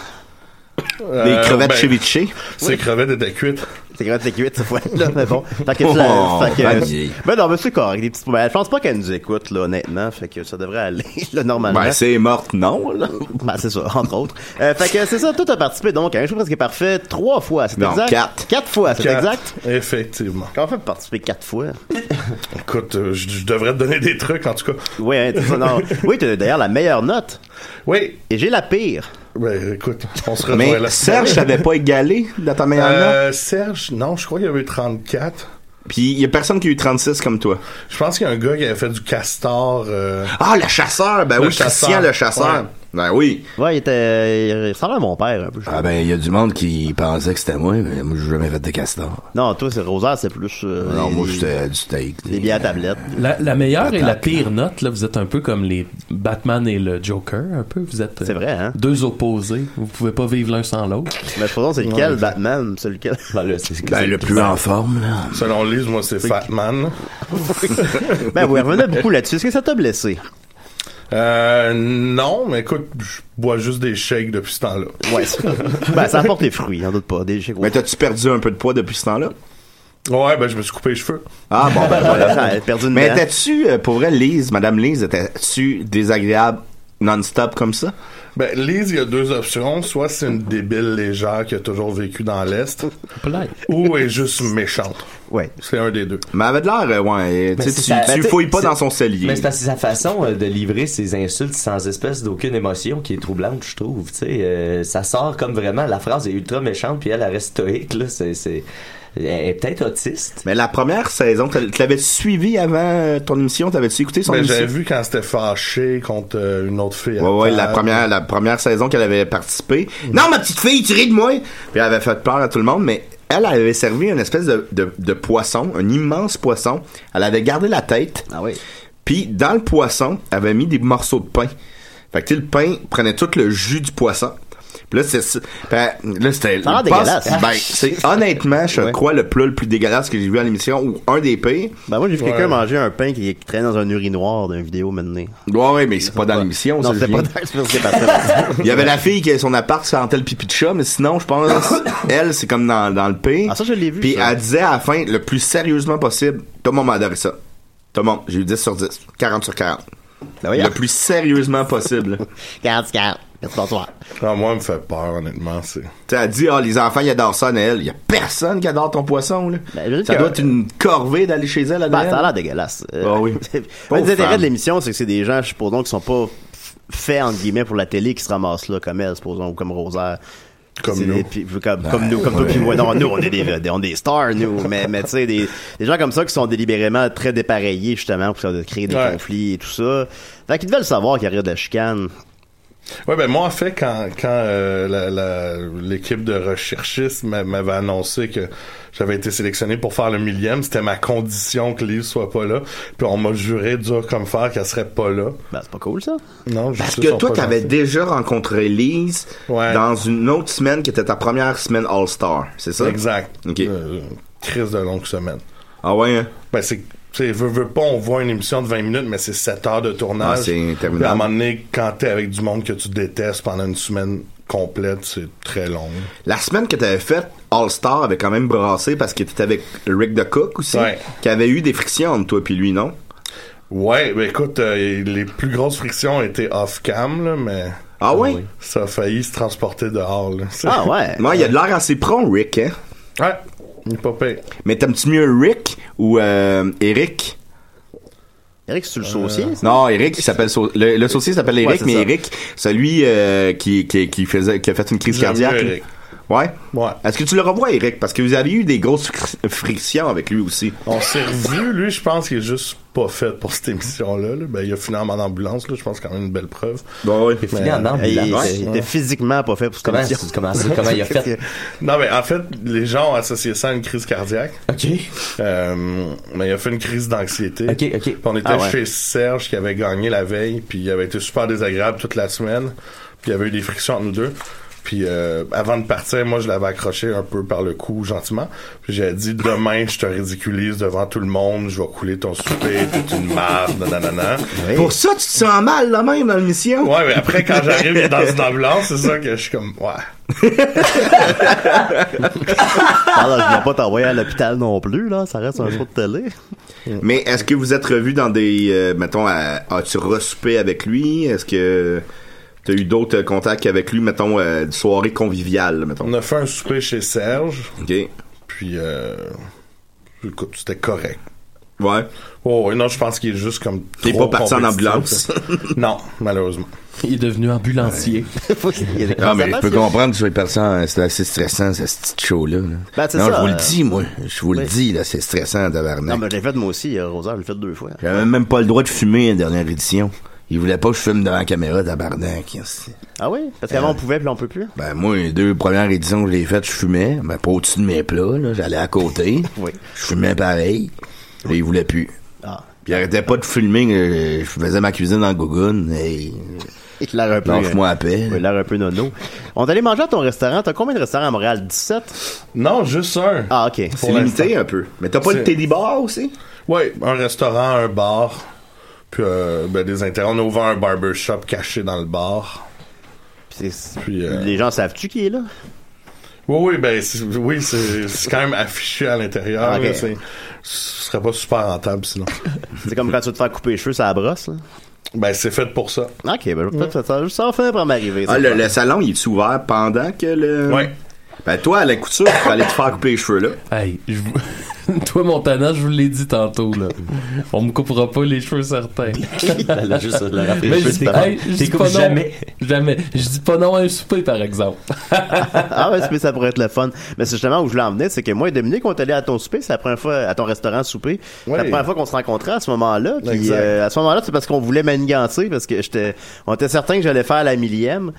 Speaker 2: des crevettes
Speaker 5: ben,
Speaker 2: ceviche.
Speaker 5: Ses crevettes étaient cuites.
Speaker 1: C'est quand t'es cuite, cette fois-là, mais bon. Fait que tu
Speaker 2: Oh,
Speaker 1: la, fait que-
Speaker 2: Vanier.
Speaker 1: ben non, mais c'est correct, des petites ben, Je pense pas qu'elle nous écoute, là, honnêtement. Fait que ça devrait aller, là, normalement.
Speaker 2: Ben, c'est morte, non, là.
Speaker 1: Ben, c'est ça, entre autres. Euh, fait que c'est ça, toi, t'as participé donc à un show presque parfait trois fois, c'est
Speaker 2: Non,
Speaker 1: exact?
Speaker 2: quatre.
Speaker 1: Quatre fois, c'est
Speaker 5: Quatre.
Speaker 1: exact?
Speaker 5: Effectivement.
Speaker 1: Comment on fait pour participer quatre fois?
Speaker 5: Écoute, euh, je je devrais te donner des trucs en tout cas.
Speaker 1: Oui, hein, t'as ça, non. Oui, t'as d'ailleurs la meilleure note.
Speaker 5: Oui,
Speaker 1: Et j'ai la pire.
Speaker 5: ben écoute, on se retrouve
Speaker 2: Mais
Speaker 5: là. Ben,
Speaker 2: Serge t'avais pas égalé dans ta meilleure note.
Speaker 5: euh, Serge, non, je crois qu'il y avait eu 34.
Speaker 2: Puis il y a personne qui a eu 36 comme toi.
Speaker 5: Je pense qu'il y a un gars qui avait fait du castor. euh,
Speaker 2: Ah, le chasseur! Ben
Speaker 5: Le
Speaker 2: oui,
Speaker 5: chasseur.
Speaker 2: Christian le chasseur.
Speaker 5: Ouais.
Speaker 2: Ben oui.
Speaker 1: Ouais, il était. Il ressemblait à mon père un peu. je
Speaker 2: Ah
Speaker 1: trouve.
Speaker 2: ben, il y a du monde qui pensait que c'était moi, mais moi, j'ai jamais fait de castor.
Speaker 1: Non, toi, c'est Rosaire, c'est plus. euh,
Speaker 2: Non,
Speaker 1: les-
Speaker 2: moi, j'étais du steak.
Speaker 1: Les billets à tablette.
Speaker 3: La, la meilleure et la pire note, là, vous êtes un peu comme les Batman et le Joker, un peu. Vous êtes euh,
Speaker 1: C'est vrai, hein?
Speaker 3: deux opposés. Vous pouvez pas vivre l'un sans l'autre.
Speaker 1: Mais je pense que c'est lequel, Batman? C'est lequel?
Speaker 4: Ben, là, c'est- c'est-
Speaker 2: Ben, le plus en forme, là.
Speaker 5: Selon Lise, moi, c'est Fatman.
Speaker 1: ben, vous revenez beaucoup là-dessus. Est-ce que ça t'a blessé?
Speaker 5: Euh, non, mais écoute, je bois juste des shakes depuis ce temps-là.
Speaker 1: Ouais. c'est- ben, ça apporte les fruits, y'en doute pas. Des chèques.
Speaker 2: Mais t'as-tu perdu un peu de poids depuis ce temps-là?
Speaker 5: Ouais, ben, je me suis coupé les cheveux.
Speaker 2: Ah bon, ben
Speaker 1: Ouais,
Speaker 2: voilà.
Speaker 1: ça, elle a perdu une
Speaker 2: Mais
Speaker 1: dent.
Speaker 2: étais-tu, euh, pour vrai, Lise, Madame Lise, étais-tu désagréable non-stop comme ça?
Speaker 5: Ben, Lise, il y a deux options. Soit c'est une débile légère qui a toujours vécu dans l'Est,
Speaker 3: Plaît.
Speaker 5: ou est juste méchante.
Speaker 1: Ouais.
Speaker 5: C'est un des deux.
Speaker 2: Mais elle avait de l'air, euh, ouais, euh, tu
Speaker 4: Mais
Speaker 2: sais,
Speaker 4: c'est
Speaker 2: tu-
Speaker 4: sa-
Speaker 2: tu
Speaker 4: ben,
Speaker 2: fouilles pas
Speaker 4: t'sais,
Speaker 2: dans
Speaker 4: c'est-
Speaker 2: son cellier.
Speaker 4: Mais c'est parce que sa façon euh, de livrer ses insultes sans espèce d'aucune émotion qui est troublante, je trouve. Tu sais, euh, ça sort comme vraiment. La phrase est ultra méchante, puis elle, elle reste stoïque. Là, c'est, c'est... Elle est peut-être autiste.
Speaker 2: Mais la première saison, t'as- tu l'avais suivi avant euh, ton émission? T'avais-tu écouté son
Speaker 5: Ben, j'avais
Speaker 2: émission?
Speaker 5: vu Euh, quand c'était fâché contre euh, une autre fille. à
Speaker 2: Ouais, ouais,
Speaker 5: table.
Speaker 2: la première, la première saison qu'elle avait participé. Non, ma petite fille, tu ris de moi! Puis elle avait fait peur à tout le monde, mais elle elle avait servi une espèce de, de, de poisson, un immense poisson. Elle avait gardé la tête.
Speaker 1: Ah oui.
Speaker 2: Puis dans le poisson, elle avait mis des morceaux de pain. Fait que tu sais, le pain prenait tout le jus du poisson. Puis Là, c'est ça. Ben, là, c'était.
Speaker 1: Ça a l'air
Speaker 2: je pense-
Speaker 1: dégueulasse. hein?
Speaker 2: Ben, c'est honnêtement, je
Speaker 1: Ouais.
Speaker 2: crois le plat le plus dégueulasse que j'ai vu à l'émission ou un des pires.
Speaker 1: Ben moi, j'ai vu
Speaker 5: Ouais.
Speaker 1: quelqu'un manger un pain qui, qui traîne dans un urinoir d'une vidéo maintenant.
Speaker 2: Ouais, ouais, mais c'est pas dans l'émission.
Speaker 1: Non,
Speaker 2: ça,
Speaker 1: c'est pas
Speaker 2: Julien.
Speaker 1: dans c'est parce que c'est pas
Speaker 2: Il y avait la fille qui avait son appart sentait le pipi de chat, mais sinon, je pense, elle, c'est comme dans, dans le pire.
Speaker 1: Ah, ça, je l'ai vu,
Speaker 2: Puis
Speaker 1: ça.
Speaker 2: elle disait à la fin, le plus sérieusement possible, tout le monde m'a adoré ça. Tout le monde, j'ai eu 10 sur 10, 40 sur 40.
Speaker 1: Ben
Speaker 2: Le
Speaker 1: voyons.
Speaker 2: plus sérieusement possible. tu
Speaker 1: Regarde, regarde. Merci, bonsoir.
Speaker 5: Non, Ah, moi, elle me fait peur, honnêtement. C'est...
Speaker 2: sais, elle dit, ah, les enfants, ils adorent ça, Noël. Il y a personne qui adore ton poisson, là.
Speaker 1: Ben, je veux
Speaker 2: ça
Speaker 1: dire
Speaker 2: doit
Speaker 1: que-
Speaker 2: être une corvée d'aller chez elle à
Speaker 1: Ben,
Speaker 2: Noël.
Speaker 1: ça a l'air dégueulasse. Euh,
Speaker 2: Ah oui.
Speaker 1: Un
Speaker 2: Pauvre
Speaker 1: des intérêts
Speaker 2: femme.
Speaker 1: de l'émission, c'est que c'est des gens, supposons, qui sont pas f- faits, entre guillemets, pour la télé, qui se ramassent là, comme elle, supposons, ou comme Rosaire.
Speaker 5: Comme
Speaker 1: C'est
Speaker 5: nous.
Speaker 1: des- puis- comme, comme nous, comme toi, puis moi. Non, nous, on est des, des- on est des stars, nous. Mais, mais tu sais, des, des gens comme ça qui sont délibérément très dépareillés, justement, pour de créer des
Speaker 5: Ouais.
Speaker 1: conflits et tout ça. Fait qu'ils devaient le savoir qu'il y aurait de la chicane.
Speaker 5: Ouais, ben moi, en fait, quand, quand euh, la- la- l'équipe de recherchistes m'a- m'avait annoncé que j'avais été sélectionné pour faire le millième, c'était ma condition que Liv soit pas là. Puis on m'a juré dur comme fer qu'elle serait pas là.
Speaker 1: Ben, c'est pas cool, ça.
Speaker 5: Non, je
Speaker 2: Parce
Speaker 5: sais,
Speaker 2: que
Speaker 5: sont
Speaker 2: toi,
Speaker 5: pas
Speaker 2: t'avais
Speaker 5: gentils.
Speaker 2: déjà rencontré Lise
Speaker 5: Ouais.
Speaker 2: dans une autre semaine qui était ta première semaine All-Star, c'est ça?
Speaker 5: Exact.
Speaker 2: Ok.
Speaker 5: Euh, crise de longue semaine.
Speaker 2: Ah ouais, hein?
Speaker 5: Ben, c'est. Tu sais, veux, veux pas, on voit une émission de 20 minutes, mais c'est 7 heures de tournage.
Speaker 2: Ah, c'est interminable.
Speaker 5: Puis À un moment donné, quand t'es avec du monde que tu détestes pendant une semaine complète, c'est très long.
Speaker 2: La semaine que t'avais faite, All Star avait quand même brassé parce qu'il était avec Rick de Cook aussi,
Speaker 5: Ouais.
Speaker 2: qui avait eu des frictions entre toi puis lui, non?
Speaker 5: Ouais, ben écoute, euh, les plus grosses frictions étaient off-cam, là, mais
Speaker 2: Ah ouais?
Speaker 5: ça a failli se transporter dehors. Là.
Speaker 1: Ah, ouais.
Speaker 2: Moi, il a de l'air assez prompt, Rick, hein?
Speaker 5: Ouais, il est pas pire.
Speaker 2: Mais t'aimes-tu mieux Rick ou euh, Eric?
Speaker 1: Eric, c'est-tu le saucier? ça?
Speaker 2: Non, Eric, il s'appelle sau- le, le saucier s'appelle Eric,
Speaker 1: Ouais, c'est
Speaker 2: mais
Speaker 1: ça.
Speaker 2: Eric, celui euh, qui, qui, qui faisait qui a fait une crise
Speaker 5: J'aime
Speaker 2: cardiaque.
Speaker 5: mieux Eric.
Speaker 2: Ouais.
Speaker 5: Ouais.
Speaker 2: Est-ce que tu le revois, Eric? Parce que vous avez eu des grosses fric- frictions avec lui aussi.
Speaker 5: On s'est revu, lui, je pense qu'il est juste pas fait pour cette émission-là. là. Ben, il a fini en ambulance, là, je pense quand même une belle preuve.
Speaker 2: Bon, Bah ouais.
Speaker 4: Fini en
Speaker 1: Hey, euh, il,
Speaker 4: ambulance.
Speaker 1: il était physiquement pas fait pour cette
Speaker 4: Comment,
Speaker 1: émission.
Speaker 4: comment, comment il a fait?
Speaker 5: Non, mais en fait, les gens ont associé ça à une crise cardiaque.
Speaker 4: OK.
Speaker 5: Euh, mais il a fait une crise d'anxiété.
Speaker 4: OK, OK.
Speaker 5: Puis on était
Speaker 1: Ah ouais.
Speaker 5: chez Serge qui avait gagné la veille, puis il avait été super désagréable toute la semaine, puis il y avait eu des frictions entre nous deux. Puis euh, avant de partir, moi je l'avais accroché un peu par le cou gentiment. Puis j'ai dit demain je te ridiculise devant tout le monde, je vais couler ton souper, t'es une marde, nanana.
Speaker 2: Pour ça, tu te sens mal, là, même, dans l'émission?
Speaker 5: Ouais, mais après quand j'arrive il est dans une ambulance, c'est ça que je suis comme ouais.
Speaker 1: Ah, là, je vais pas t'envoyer à l'hôpital non plus, là. Ça reste un show de télé.
Speaker 2: Mais est-ce que vous êtes revu dans des. euh, mettons, à- as-tu resoupé avec lui? Est-ce que t'as eu d'autres euh, contacts avec lui, mettons, euh, des soirées conviviales, mettons?
Speaker 5: On a fait un souper chez Serge,
Speaker 2: OK.
Speaker 5: puis euh, écoute, c'était correct.
Speaker 2: Ouais.
Speaker 5: Oh, ouais, non, je pense qu'il est juste comme.
Speaker 2: Il est
Speaker 5: trop
Speaker 2: pas parti en
Speaker 5: compétitif.
Speaker 2: ambulance.
Speaker 5: non, malheureusement.
Speaker 3: Il est devenu ambulancier.
Speaker 1: Il y a des
Speaker 2: Ah, mais je
Speaker 1: conséquences,
Speaker 2: peux
Speaker 1: c'est-
Speaker 2: comprendre que sois personne, hein, c'est assez stressant, cette petite show-là. là.
Speaker 1: Ben, c'est
Speaker 2: non,
Speaker 1: ça,
Speaker 2: je vous le
Speaker 1: euh,
Speaker 2: dis, moi. Je vous le
Speaker 1: oui.
Speaker 2: dis, là, c'est stressant,
Speaker 1: Non,
Speaker 2: tabarnak.
Speaker 1: mais je l'ai fait moi aussi, euh, Rosa, je l'ai fait deux fois.
Speaker 2: J'avais même pas le droit de fumer la dernière édition. Il voulait pas que je fume devant la caméra, tabarnak.
Speaker 1: Ah oui? Parce qu'avant, on pouvait, puis là, on peut plus.
Speaker 2: Ben, moi, les deux premières éditions que je l'ai faites, je fumais. Ben, pas au-dessus de mes plats, là. J'allais à côté.
Speaker 1: Oui.
Speaker 2: Je fumais pareil. Et il voulait plus.
Speaker 1: Ah.
Speaker 2: Puis il arrêtait pas de filmer. que Je faisais ma cuisine en gougoune. Et...
Speaker 1: Il te l'air un peu.
Speaker 2: Lâche-moi la paix.
Speaker 1: Il a l'air un peu nono. On est allé manger à ton restaurant. T'as combien de restaurants à Montréal? 17?
Speaker 5: Non, juste un.
Speaker 1: Ah, ok.
Speaker 5: pour l'instant.
Speaker 2: un peu. Mais t'as pas
Speaker 5: le Teddy
Speaker 2: Bar aussi?
Speaker 5: Ouais, un restaurant, un bar. Puis euh, ben, des intérêts. On a ouvert un barbershop caché dans le bar.
Speaker 1: Puis c'est-
Speaker 5: Puis, euh,
Speaker 1: Les gens savent-tu qui est là?
Speaker 5: Oui, oui, ben, c'est- oui, c'est c'est quand même affiché à l'intérieur.
Speaker 1: Ah, ok.
Speaker 5: là, c'est- Ce serait pas super rentable sinon.
Speaker 1: C'est comme quand tu vas te faire couper les cheveux, ça brosse, là.
Speaker 5: ben, c'est fait pour ça.
Speaker 1: Ok, ben, je vais peut-être faire ça. Juste ça enfin pour m'arriver.
Speaker 2: Ah, le, le salon, il est ouvert pendant que le.
Speaker 5: Ouais.
Speaker 2: Ben, toi, à la couture, tu allais te faire couper les cheveux, là.
Speaker 3: Hey, je vous- toi Montana, je vous l'ai dit tantôt là. On me coupera pas les cheveux certains.
Speaker 4: Elle a juste le rappeler.
Speaker 3: Mais
Speaker 4: Je
Speaker 3: je dis, hey, je dis
Speaker 4: t'écoute
Speaker 3: pas non.
Speaker 4: jamais.
Speaker 3: Jamais. Je dis pas non à un souper par exemple.
Speaker 1: Ah ouais, mais ça pourrait être le fun. Mais c'est justement où je voulais en venir, c'est que moi et Dominique, on est allé à ton souper, c'est la première fois, à ton restaurant souper. C'est la
Speaker 5: Ouais.
Speaker 1: première fois qu'on se rencontrait à ce moment-là. Puis
Speaker 5: Exact.
Speaker 1: euh, à ce moment-là, c'est parce qu'on voulait manigancer, parce que j'étais, on était certain que j'allais faire la millième.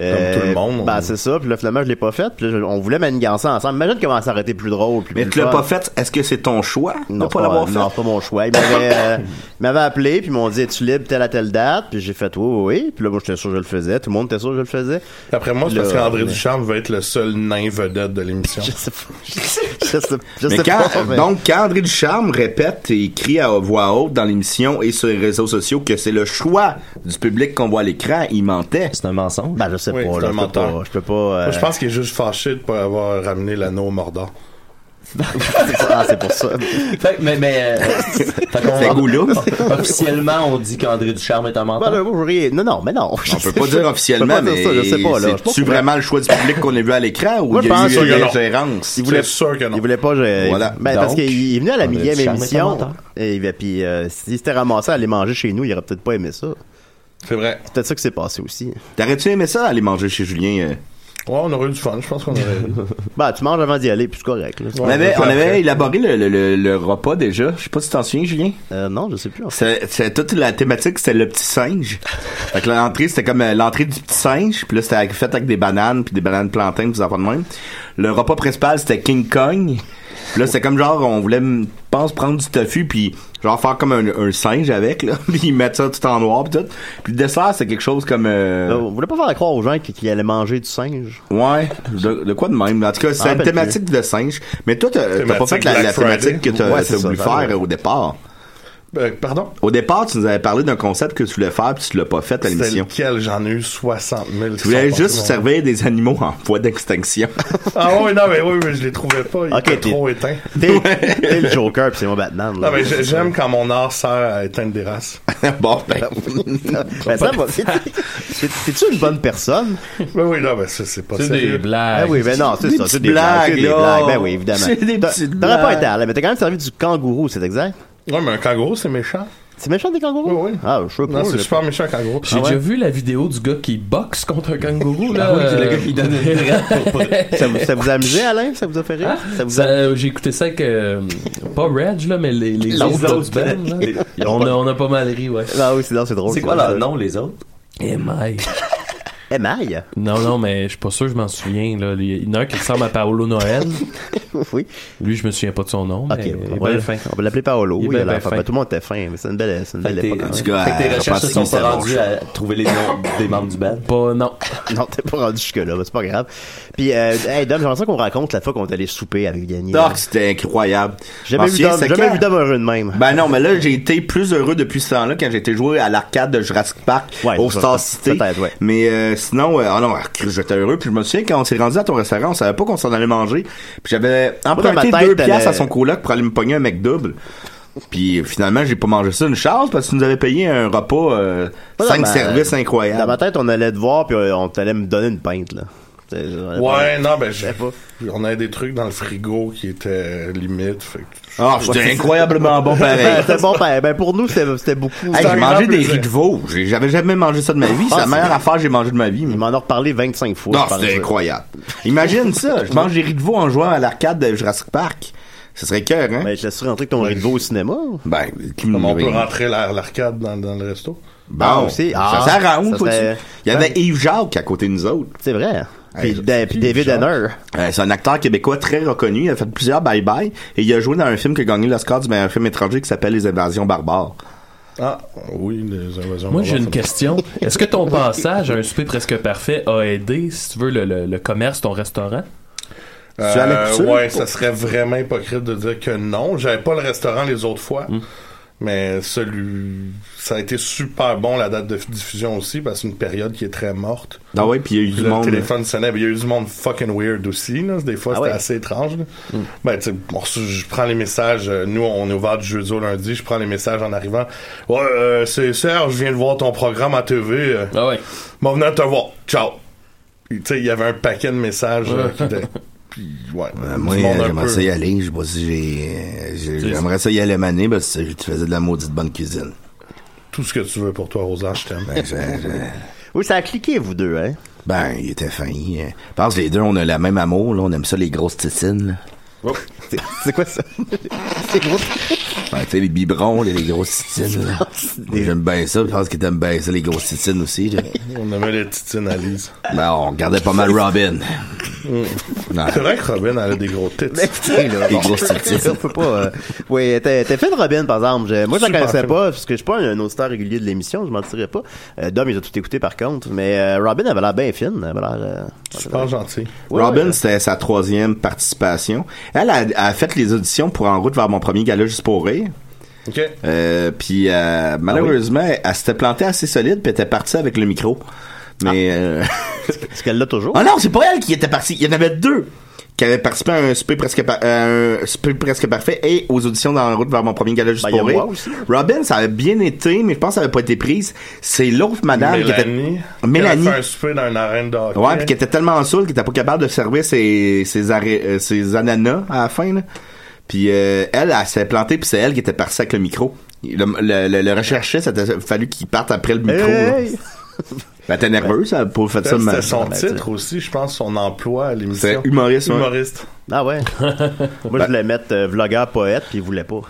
Speaker 1: Euh,
Speaker 5: tout le monde,
Speaker 1: Ben,
Speaker 5: on-
Speaker 1: c'est ça. Puis là, finalement, je l'ai pas fait. Puis là, je- on voulait manigancer ensemble. Imagine comment ça aurait été plus drôle. Puis
Speaker 2: Mais
Speaker 1: plus
Speaker 2: tu l'as
Speaker 1: fun.
Speaker 2: pas fait, est-ce que c'est ton choix
Speaker 1: Non,
Speaker 2: de
Speaker 1: c'est
Speaker 2: pas l'avoir
Speaker 1: non,
Speaker 2: fait?
Speaker 1: c'est pas mon choix. Il m'avait, euh, il m'avait appelé, puis ils m'ont dit Es-tu libre telle à telle date Puis j'ai fait Oui, oui, oui. Puis là, moi, j'étais sûr que je le faisais. Tout le monde était sûr que je le faisais.
Speaker 5: Après moi, c'est parce
Speaker 1: Là,
Speaker 5: qu'André
Speaker 1: mais-
Speaker 5: Ducharme va être le seul nain vedette de l'émission.
Speaker 1: Je sais pas. Je sais, je
Speaker 2: Mais
Speaker 1: sais
Speaker 2: quand,
Speaker 1: pas. mais-
Speaker 2: donc, quand André Ducharme répète et crie à voix haute dans l'émission et sur les réseaux sociaux que c'est le choix du public qu'on voit à l'écran, il mentait.
Speaker 4: C'est un mensonge.
Speaker 1: Ben, je sais
Speaker 5: Oui,
Speaker 1: pas.
Speaker 5: c'est
Speaker 1: là,
Speaker 5: un
Speaker 1: je peux
Speaker 5: menteur.
Speaker 1: pas. Je peux pas.
Speaker 5: Moi,
Speaker 1: euh,
Speaker 5: je pense qu'il est juste fâché de pas avoir ramené l'anneau au Mordor.
Speaker 1: Ah, c'est pour ça.
Speaker 4: Ben, Fait que- mais, mais, euh, fait
Speaker 1: Ah.
Speaker 4: qu'on-
Speaker 2: C'est goulou.
Speaker 4: officiellement, on dit qu'André Ducharme est un
Speaker 1: Ben,
Speaker 4: menteur.
Speaker 1: là, moi, j'aurais- Non, non, mais non.
Speaker 2: On peut pas dire officiellement,
Speaker 1: Je peux pas
Speaker 2: mais
Speaker 1: dire ça, je sais pas, là. Je pense
Speaker 2: c'est-tu
Speaker 1: que-
Speaker 2: vraiment le choix du public qu'on a vu à l'écran ou
Speaker 1: Moi,
Speaker 2: il y
Speaker 1: je
Speaker 2: a
Speaker 1: pense
Speaker 2: eu
Speaker 1: que
Speaker 2: une
Speaker 1: non.
Speaker 2: ingérence?
Speaker 1: Il voulait-
Speaker 5: C'est sûr que non.
Speaker 1: Il voulait pas. Je...
Speaker 2: Voilà.
Speaker 1: Ben,
Speaker 4: Donc,
Speaker 1: parce qu'il est venu à la
Speaker 4: on a
Speaker 1: millième
Speaker 4: dit Charles
Speaker 1: émission.
Speaker 4: Métamorphose.
Speaker 1: Et, ben, puis, euh, s'il s'était ramassé à aller manger chez nous, il aurait peut-être pas aimé ça.
Speaker 5: C'est vrai.
Speaker 1: C'est peut-être ça qui s'est passé aussi.
Speaker 2: T'aurais-tu aimé ça, aller manger chez Julien? euh?
Speaker 5: Ouais, on aurait eu du fun. Je pense qu'on aurait.
Speaker 1: Bah, tu manges avant d'y aller, puis c'est correct. là.
Speaker 2: On
Speaker 5: Ouais,
Speaker 2: avait,
Speaker 5: on
Speaker 2: on
Speaker 5: l'a fait
Speaker 2: avait
Speaker 5: après.
Speaker 2: élaboré le, le- le- le repas déjà. Je sais pas si tu t'en souviens, Julien.
Speaker 1: Euh, non, je sais plus. en fait.
Speaker 2: C'est, c'est toute la thématique, c'était le petit singe. Fait que l'entrée, c'était comme euh, l'entrée du petit singe. Puis là, c'était avec- fait avec des bananes, puis des bananes plantains, puis des enfants de même. Le repas principal, c'était King Kong. Puis là, c'était comme genre, on voulait, je pense, prendre du tofu, puis genre faire comme un, un singe avec, là. Puis ils mettent ça tout en noir, puis tout. Puis le dessert, c'est quelque chose comme... euh,
Speaker 1: Euh, on voulait pas faire croire aux gens qu'ils qu'ils allaient manger du singe.
Speaker 2: Ouais, de, de quoi de même. En tout cas,
Speaker 1: Ah,
Speaker 2: c'est une
Speaker 1: ben,
Speaker 2: thématique de singe. Mais toi, t'as, t'as pas
Speaker 5: Thématique
Speaker 2: fait la, la
Speaker 5: Black
Speaker 2: thématique
Speaker 5: Friday.
Speaker 2: que t'as,
Speaker 1: Ouais,
Speaker 2: t'as
Speaker 1: c'est ça,
Speaker 2: voulu
Speaker 1: ben
Speaker 2: faire
Speaker 1: ouais.
Speaker 2: au départ.
Speaker 5: Euh, pardon.
Speaker 2: Au départ, tu nous avais parlé d'un concept que tu voulais faire, puis tu l'as pas fait à
Speaker 5: C'était
Speaker 2: l'émission.
Speaker 5: lequel j'en ai eu 60 000.
Speaker 2: Tu voulais juste servir des animaux en voie d'extinction.
Speaker 5: Ah oui, non, mais oui, mais je les trouvais pas. Ils
Speaker 1: Ok,
Speaker 5: étaient
Speaker 1: t'es-
Speaker 5: trop éteints.
Speaker 1: T'es t'es le Joker, puis c'est moi Batman. là.
Speaker 5: Non, mais j'ai- j'aime quand mon art sert à éteindre des races.
Speaker 2: bon, ben,
Speaker 1: Ben, ça va. T'es- t'es- T'es-tu une bonne personne?
Speaker 5: Ben oui, non, mais ça, c'est pas
Speaker 3: C'est
Speaker 5: sérieux.
Speaker 3: des blagues.
Speaker 1: Ah oui, ben non, c'est
Speaker 2: des
Speaker 1: ça. C'est
Speaker 2: petites
Speaker 1: des blagues. c'est des
Speaker 2: blagues,
Speaker 1: blagues.
Speaker 2: là.
Speaker 1: Ben oui, évidemment.
Speaker 2: C'est des
Speaker 1: T'a-
Speaker 2: petites
Speaker 1: T'aurais pas
Speaker 2: blagues.
Speaker 1: été à l'aise, mais t'as quand même servi du kangourou, c'est exact?
Speaker 5: Ouais, mais un kangourou, c'est méchant.
Speaker 1: C'est méchant des kangourous?
Speaker 5: Oui, oui.
Speaker 1: Ah, je sais pas.
Speaker 5: Non, c'est
Speaker 1: là.
Speaker 5: super méchant, un kangourou.
Speaker 3: J'ai
Speaker 1: Ah ouais?
Speaker 3: déjà vu la vidéo du gars qui boxe contre un kangourou, là.
Speaker 4: Ah oui, c'est le
Speaker 3: euh,
Speaker 4: gars qui donne une graine pour- pour-
Speaker 1: Ça vous, ça vous a amusé, Alain? Ça vous a fait rire? Ça vous
Speaker 3: Ça,
Speaker 1: a...
Speaker 3: euh, J'ai écouté ça avec, euh, pas Reg, là, mais les, les
Speaker 4: Les
Speaker 3: autres,
Speaker 4: autres, ben,
Speaker 3: autres bands, là.
Speaker 4: les- ils ont
Speaker 3: On
Speaker 4: pas-
Speaker 3: a, on a pas mal ri, ouais.
Speaker 1: Ah oui, c'est non, c'est drôle.
Speaker 4: C'est quoi
Speaker 1: ça.
Speaker 4: leur nom, les autres?
Speaker 3: Eh, my.
Speaker 1: Eh, Maille?
Speaker 3: Non, non, mais je suis pas sûr, je m'en souviens, là. Il y en a un qui ressemble à Paolo Noël.
Speaker 1: Oui.
Speaker 3: Lui, je me souviens pas de son nom,
Speaker 1: Ok,
Speaker 3: mais il est
Speaker 1: on va
Speaker 3: bien
Speaker 1: l'appeler-
Speaker 3: fin.
Speaker 1: on va l'appeler Paolo.
Speaker 3: Il est
Speaker 1: Oui,
Speaker 3: bien,
Speaker 1: alors,
Speaker 3: bien
Speaker 1: enfin,
Speaker 3: fin.
Speaker 1: ben, tout le monde était fin, mais c'est une belle, c'est une
Speaker 4: Fait
Speaker 1: belle
Speaker 4: que tes-
Speaker 1: époque.
Speaker 2: en
Speaker 1: hein.
Speaker 2: tout cas,
Speaker 4: Fait que tes
Speaker 2: euh,
Speaker 4: recherches se
Speaker 2: repense qu'il
Speaker 4: sont
Speaker 2: s'est
Speaker 4: pas rendues
Speaker 2: mangé.
Speaker 4: à trouver les noms des membres du band.
Speaker 3: Pas, non.
Speaker 1: Non, t'es pas rendu jusque-là, mais c'est pas grave. Puis, euh, hey, Dom, j'ai l'impression qu'on raconte la fois qu'on est allé souper avec Yannick.
Speaker 2: Ah, c'était incroyable.
Speaker 1: J'ai
Speaker 2: M'en
Speaker 1: jamais vu
Speaker 2: souviens,
Speaker 1: Dom,
Speaker 2: c'est
Speaker 1: jamais
Speaker 2: quand-
Speaker 1: vu Dom heureux de même.
Speaker 2: Ben non, mais là, j'ai été plus heureux depuis ce temps-là quand j'ai été joué à l'arcade de Jurassic Park
Speaker 1: Ouais,
Speaker 2: au
Speaker 1: ça,
Speaker 2: Star
Speaker 1: ça,
Speaker 2: City.
Speaker 1: peut-être, ouais.
Speaker 2: Mais euh, sinon, euh, ah non, ah, Christ, j'étais heureux. Puis je me souviens, quand on s'est rendu à ton restaurant, on savait pas qu'on s'en allait manger. Puis j'avais
Speaker 1: dans ma
Speaker 2: emprunté
Speaker 1: tête,
Speaker 2: deux piastres
Speaker 1: elle-
Speaker 2: à son coloc pour aller me pogner un McDouble. Puis finalement, j'ai pas mangé ça une chance parce que tu nous avais payé un repas, euh,
Speaker 1: Pas dans
Speaker 2: cinq
Speaker 1: ma-
Speaker 2: services
Speaker 1: Dans ma
Speaker 2: incroyables.
Speaker 1: tête, on allait te voir, puis euh, on t'allait me donner une pinte, là. C'est- euh,
Speaker 5: Ouais, non, ben, j'ai
Speaker 1: pas.
Speaker 5: On avait des trucs dans le frigo qui étaient euh, limites. Fait que...
Speaker 2: Ah, j'étais incroyablement bon
Speaker 1: Ben,
Speaker 2: pareil.
Speaker 1: c'était bon, ben, ben, pour nous, c'était c'était beaucoup.
Speaker 2: Hey,
Speaker 5: C'est
Speaker 2: j'ai
Speaker 5: un
Speaker 2: mangé
Speaker 5: grand
Speaker 2: des
Speaker 5: plaisir.
Speaker 2: riz de veau. J'ai- J'avais jamais mangé ça de ma vie. C'est
Speaker 1: Ah,
Speaker 2: la
Speaker 1: c'est-
Speaker 2: meilleure affaire que j'ai mangée de ma vie.
Speaker 1: Il m'en a reparlé 25 fois.
Speaker 2: Non,
Speaker 1: je pense.
Speaker 2: c'était incroyable. Imagine ça, je mange des riz de veau en jouant à l'arcade de Jurassic Park. Ce serait cœur, hein?
Speaker 1: Ben, je te laisse rentrer avec ton rideau au cinéma.
Speaker 2: Ben, qui me
Speaker 5: Comment on peut
Speaker 2: bon,
Speaker 5: rentrer la- l'arcade dans, dans le resto?
Speaker 1: Ah, aussi. Ah,
Speaker 2: ça s'arrange,
Speaker 1: ça
Speaker 2: toi,
Speaker 1: serait-
Speaker 2: tu- Il y avait Yves Jacques à côté de nous autres.
Speaker 1: C'est vrai. Puis,
Speaker 2: Hey,
Speaker 1: Da- puis David Henner.
Speaker 2: Euh, c'est un acteur québécois très reconnu. Il a fait plusieurs bye-bye et il a joué dans un film qui a gagné l'Oscar du meilleur film étranger qui s'appelle Les Invasions barbares.
Speaker 5: Ah, oui, les invasions.
Speaker 3: Moi, j'ai
Speaker 5: barbares,
Speaker 3: une question. Est-ce que ton passage à un souper presque parfait a aidé, si tu veux, le, le- le commerce, ton restaurant?
Speaker 5: ça-
Speaker 2: Tu allais tout seul?
Speaker 5: Euh, ouais, ça serait vraiment hypocrite de dire que non. J'avais pas le restaurant les autres fois.
Speaker 2: Hmm.
Speaker 5: Mais celui, ça a été super bon la date de f- diffusion aussi parce que c'est une période qui est très morte.
Speaker 2: Ah ouais, puis il y a eu du
Speaker 5: Puis là,
Speaker 2: monde.
Speaker 5: le téléphone sonnait, puis il y a eu du monde fucking weird aussi. Là. Des fois,
Speaker 1: Ah
Speaker 5: c'était
Speaker 1: ouais.
Speaker 5: assez étrange. là.
Speaker 2: Hmm.
Speaker 5: Ben, tu sais, on reçoit- je prends les messages. euh, Nous, on est ouvert du jeudi au lundi. Je prends les messages en arrivant. Ouais, euh, c'est Serge, je viens de voir ton programme à TV. euh,
Speaker 3: Ah ouais.
Speaker 5: M'en venant te voir. Ciao. Puis, Tu sais, il y avait un paquet de messages. euh, qui étaient- Puis, ouais.
Speaker 2: Euh,
Speaker 5: du
Speaker 2: moi,
Speaker 5: monde un
Speaker 2: j'aimerais
Speaker 5: peu-
Speaker 2: ça y aller. Je sais pas si j'ai- euh, j'ai- J'aimerais ça y aller maner parce que tu faisais de la maudite bonne cuisine.
Speaker 5: Tout ce que tu veux pour toi, Rosa, je t'aime.
Speaker 2: Ben, j'ai- j'ai-
Speaker 1: Oui, ça a cliqué, vous deux, hein.
Speaker 2: Ben, il était fin. Je pense que les deux, on a le même
Speaker 1: Oh.
Speaker 2: amour. Là. On aime ça, les grosses tétines. là.
Speaker 1: C'est quoi ça? C'est gros.
Speaker 2: tu sais, les biberons, les, les grosses titines. là. J'aime bien ça. Je pense que t'aimes bien ça, les grosses titines aussi. là.
Speaker 5: On avait les titines à Lise.
Speaker 2: Ben, on regardait pas mal Robin. Non,
Speaker 5: C'est vrai que Robin, elle a des gros tits.
Speaker 1: Mais Hmm. Ben, putain, là,
Speaker 2: Les
Speaker 1: bon,
Speaker 2: grosses
Speaker 1: ça, on peut pas. euh, Oui, t'es t'es fait de Robin, par exemple. Je- moi, je la
Speaker 5: Super
Speaker 1: connaissais
Speaker 5: film.
Speaker 1: pas, parce que je suis pas un, un auditeur régulier de l'émission, je m'en tirais pas. Euh, Dom, il a tout écouté, par contre. Mais euh, Robin avait l'air bien fine. Elle avait l'air. euh,
Speaker 5: Super gentil.
Speaker 1: ouais,
Speaker 2: Robin,
Speaker 1: ouais.
Speaker 2: c'était sa troisième participation. Elle a, a fait les auditions pour En route vers mon premier gala juste pour rire.
Speaker 5: OK.
Speaker 2: Euh, puis euh, malheureusement, elle s'était plantée assez solide, puis elle était partie avec le micro. Mais
Speaker 1: Ah.
Speaker 2: euh,
Speaker 1: Est-ce qu'elle l'a toujours?
Speaker 2: oh non, c'est pas elle qui était partie. Il y en avait deux qui avaient participé à un souper presque, par- à un souper presque parfait et aux auditions dans la route vers mon premier gala juste
Speaker 1: Ben, il y a
Speaker 2: pour rire.
Speaker 1: moi aussi.
Speaker 2: Robin, ça avait bien été, mais je pense que ça avait pas été prise. C'est l'autre madame
Speaker 5: Mélanie.
Speaker 2: qui était Mélanie.
Speaker 5: qui a fait un souper dans une arène de hockey.
Speaker 2: Ouais, puis qui était tellement saoul qu'il était pas capable de servir ses ses, arrê- euh, ses ananas à la fin. Là. Puis euh, elle, elle, s'est plantée, puis c'est elle qui était partie avec le micro. Le, le, le, le recherchiste, il a fallu qu'il parte après le micro. là.
Speaker 1: Hey!
Speaker 2: Ben, t'es nerveuse, elle a pas fait ça.
Speaker 5: Peut-être
Speaker 2: mais-
Speaker 5: C'était son
Speaker 1: ben,
Speaker 5: titre aussi, je pense, son emploi à l'émission.
Speaker 2: C'est humoriste, ouais.
Speaker 5: Humoriste.
Speaker 1: Ah ouais. Moi,
Speaker 2: Ben-
Speaker 1: je voulais mettre euh, vlogueur poète, puis il voulait pas.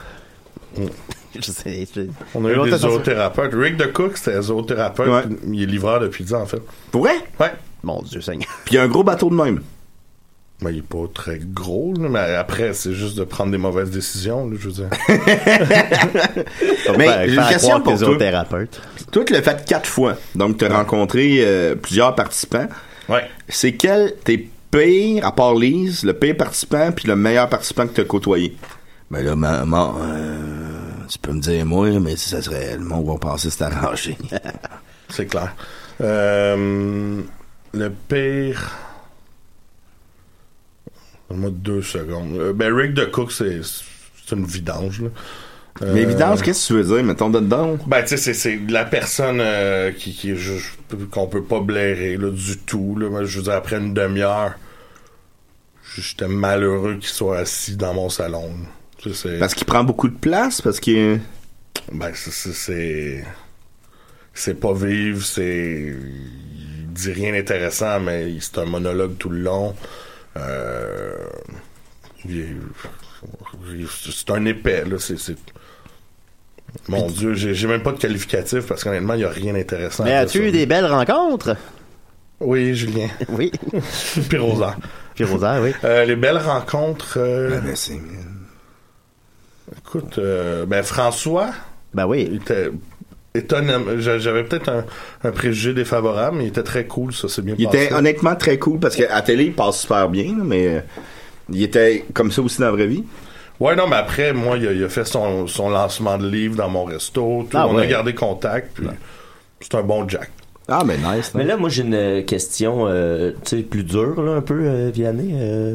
Speaker 2: Mm.
Speaker 1: je sais. je-
Speaker 5: On a eu
Speaker 1: L'autre
Speaker 5: des
Speaker 1: attention-
Speaker 5: zoothérapeutes. Rick de Cook, c'était zoothérapeute.
Speaker 2: Ouais.
Speaker 5: puis Il est livreur depuis 10 ans, en fait.
Speaker 2: Pour vrai?
Speaker 5: Ouais.
Speaker 1: Mon Dieu Seigneur.
Speaker 2: Puis il y a un gros bateau de même.
Speaker 5: Mais Ben, il est pas très gros, là, mais après, c'est juste de prendre des mauvaises décisions, là, je veux dire.
Speaker 2: Mais
Speaker 1: Faire-
Speaker 2: j'ai une
Speaker 1: faire croire
Speaker 2: question
Speaker 1: que
Speaker 2: pour
Speaker 1: t'es
Speaker 2: toi.
Speaker 1: zoothérapeute.
Speaker 2: Toi, tu l'as fait quatre fois. Donc, tu as rencontré euh, plusieurs participants.
Speaker 5: Ouais.
Speaker 2: C'est quel tes pires, à part Lise, le pire participant puis le meilleur participant que t'as côtoyé? Ben là, maman, euh, tu peux me dire moi, mais si ça serait le monde va penser que c'est arrangé.
Speaker 5: C'est clair. Euh, le pire. Donne-moi deux secondes. Euh, ben, Rick de Cook, c'est c'est une vidange. Là. Euh,
Speaker 2: mais évidemment, qu'est-ce que tu veux dire? Mettons dedans.
Speaker 5: Ben, tu sais, c'est- c'est la personne euh, qui, qui est juste. qu'on peut pas blairer, là, du tout. Là. Moi, Je veux dire, après une demi-heure, j'étais malheureux qu'il soit assis dans mon salon. là. Tu sais, c'est-
Speaker 2: Parce qu'il prend beaucoup de place, parce que.
Speaker 5: Ben, c'est- c'est. C'est, c'est pas vivre, c'est. Il dit rien d'intéressant, mais il- c'est un monologue tout le long. Euh, il est- il- c'est un épais, là. C'est. c'est- Mon Dieu, j'ai, j'ai même pas de qualificatif parce qu'honnêtement, il n'y a rien
Speaker 2: Ben,
Speaker 5: d'intéressant.
Speaker 1: Mais
Speaker 5: à
Speaker 1: as-tu
Speaker 5: ça.
Speaker 1: eu des belles rencontres?
Speaker 5: Oui, Julien.
Speaker 1: Oui.
Speaker 5: Puis Rosa.
Speaker 1: Puis Rosaire, oui.
Speaker 5: Euh, les belles rencontres. euh,
Speaker 2: ben, c'est.
Speaker 5: Écoute, euh, ben François,
Speaker 1: Ben
Speaker 5: Il
Speaker 1: oui.
Speaker 5: était étonnamment. j'a- J'avais peut-être un, un préjugé défavorable, mais il était très cool, ça, c'est bien
Speaker 2: Il
Speaker 5: passé.
Speaker 2: était honnêtement très cool parce qu'à télé, il passe super bien, là, mais euh, il était comme ça aussi dans la vraie vie.
Speaker 5: Ouais, non, mais après, moi, il a, il a fait son, son lancement de livre dans mon resto. tout.
Speaker 1: Ah,
Speaker 5: on a
Speaker 1: ouais.
Speaker 5: gardé contact, puis c'est un bon Jack.
Speaker 2: Ah, ben nice.
Speaker 4: Mais là, moi, j'ai une euh, question, euh, tu sais, plus dure, là, un peu, euh, Vianney. euh.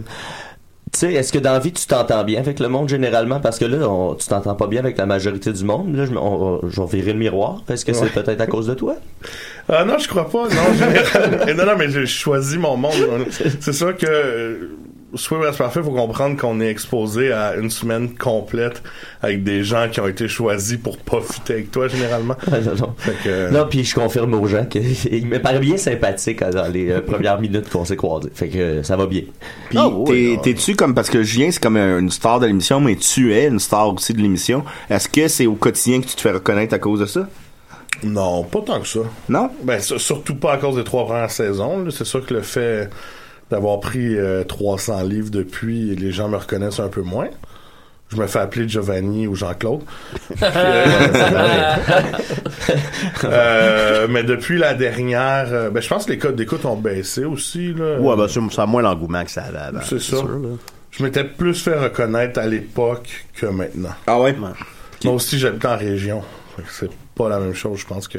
Speaker 4: tu sais, est-ce que dans la vie, tu t'entends bien avec le monde généralement? Parce que là, on- tu t'entends pas bien avec la majorité du monde. Là, je me- on- on- je vais virer le miroir. Est-ce que c'est peut-être à cause de toi?
Speaker 5: Ah non, je crois pas. Non, généralement. non, non, mais j'ai choisi mon monde. C'est sûr que euh, Sweet Rest Parfait, faut comprendre qu'on est exposé à une semaine complète avec des gens qui ont été choisis pour profiter avec toi, généralement.
Speaker 4: Ah, non, non.
Speaker 5: Fait que-
Speaker 4: Non, puis je confirme aux gens qu'il me paraît bien sympathique euh, dans les euh, premières minutes qu'on s'est croisés. Fait que euh, ça va bien.
Speaker 2: Puis
Speaker 1: Ah, oui,
Speaker 2: t'es-
Speaker 1: ah.
Speaker 2: t'es-tu comme parce que Julien c'est comme un- une star de l'émission, mais tu es une star aussi de l'émission. Est-ce que c'est au quotidien que tu te fais reconnaître à cause de ça
Speaker 5: Non, pas tant que ça.
Speaker 2: Non
Speaker 5: Ben, sur- surtout pas à cause des trois premières saisons. là. C'est sûr que le fait d'avoir pris euh, 300 livres depuis, les gens me reconnaissent un peu moins. Je me fais appeler Giovanni ou Jean-Claude. Puis, euh, euh, mais depuis la dernière, euh, ben, je pense que les codes d'écoute ont baissé aussi. Là.
Speaker 1: Ouais, ben, c'est- ça a moins l'engouement que ça avait avant.
Speaker 5: C'est ça.
Speaker 1: là.
Speaker 5: Je m'étais plus fait reconnaître à l'époque que maintenant.
Speaker 2: Ah ouais.
Speaker 1: Ouais.
Speaker 5: Moi aussi, j'habite en région. Fait que C'est pas la même chose, je pense que.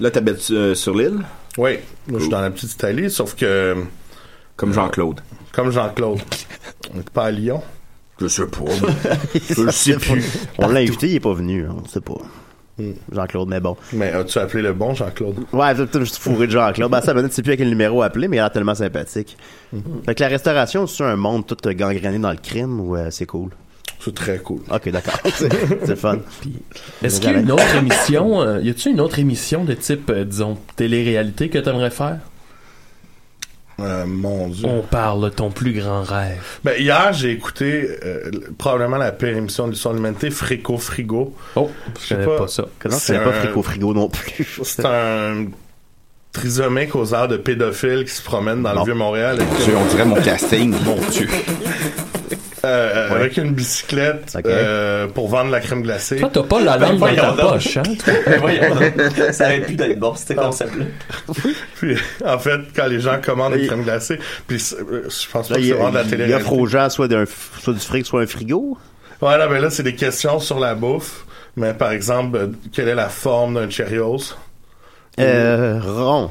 Speaker 2: Là t'habites euh, sur l'île
Speaker 5: Oui, moi, je suis dans la petite Italie, sauf que
Speaker 2: comme Jean-Claude.
Speaker 5: comme Jean-Claude, on n'est pas à Lyon.
Speaker 2: Je sais pas. moi. je le sais plus. Mm.
Speaker 1: On l'a invité, il est pas venu, hein, on sait pas. Jean-Claude, mais bon.
Speaker 5: Mais as-tu appelé le bon Jean-Claude?
Speaker 1: Ouais, je je suis fourré de Jean-Claude. Ben, ça me donne, tu sais plus à quel numéro appeler, mais il a l'air tellement sympathique.
Speaker 2: Mm-hmm.
Speaker 1: Fait que la restauration, c'est un monde tout euh, gangréné dans le crime ou euh, c'est cool?
Speaker 5: C'est très cool.
Speaker 1: Ok, d'accord. c'est c'est le fun.
Speaker 3: Est-ce qu'il y a une autre émission, euh, y a-tu une autre émission de type, euh, disons, télé-réalité que t'aimerais faire?
Speaker 5: Euh, mon Dieu.
Speaker 3: On parle de ton plus grand rêve.
Speaker 5: Ben, hier, j'ai écouté euh, probablement la pire émission de l'histoire de l'humanité, Frico Frigo.
Speaker 3: Oh, je savais
Speaker 5: pas.
Speaker 3: pas. ça.
Speaker 1: Comment
Speaker 5: C'est
Speaker 1: c'est pas
Speaker 5: un-
Speaker 1: frico frigo non plus?
Speaker 5: C'est un trisomique aux airs de pédophile qui se promène dans
Speaker 2: Bon.
Speaker 5: le Vieux-Montréal avec,
Speaker 2: Dieu, on dirait mon casting. Mon Dieu.
Speaker 5: euh, avec une bicyclette
Speaker 1: Ok.
Speaker 5: euh, pour vendre la crème glacée.
Speaker 3: Toi, t'as pas la langue dans ta
Speaker 4: voyons donc.
Speaker 3: poche, hein?
Speaker 4: Mais voyons, donc, ça aurait pu d'être bon, ce concept-là.
Speaker 5: Puis, en fait, quand les gens commandent
Speaker 1: Là,
Speaker 5: une
Speaker 1: il-
Speaker 5: crème glacée, puis c'est- euh, je pense pas
Speaker 1: Là,
Speaker 5: que
Speaker 1: il,
Speaker 5: c'est vraiment de la
Speaker 1: il
Speaker 5: télé
Speaker 1: offre aux gens soit, d'un, f- soit du fric, soit un frigo.
Speaker 5: Ouais, là, ben là, c'est des questions sur la bouffe. Mais par exemple, euh, quelle est la forme d'un Cheerios? Mm-hmm.
Speaker 1: Euh, rond.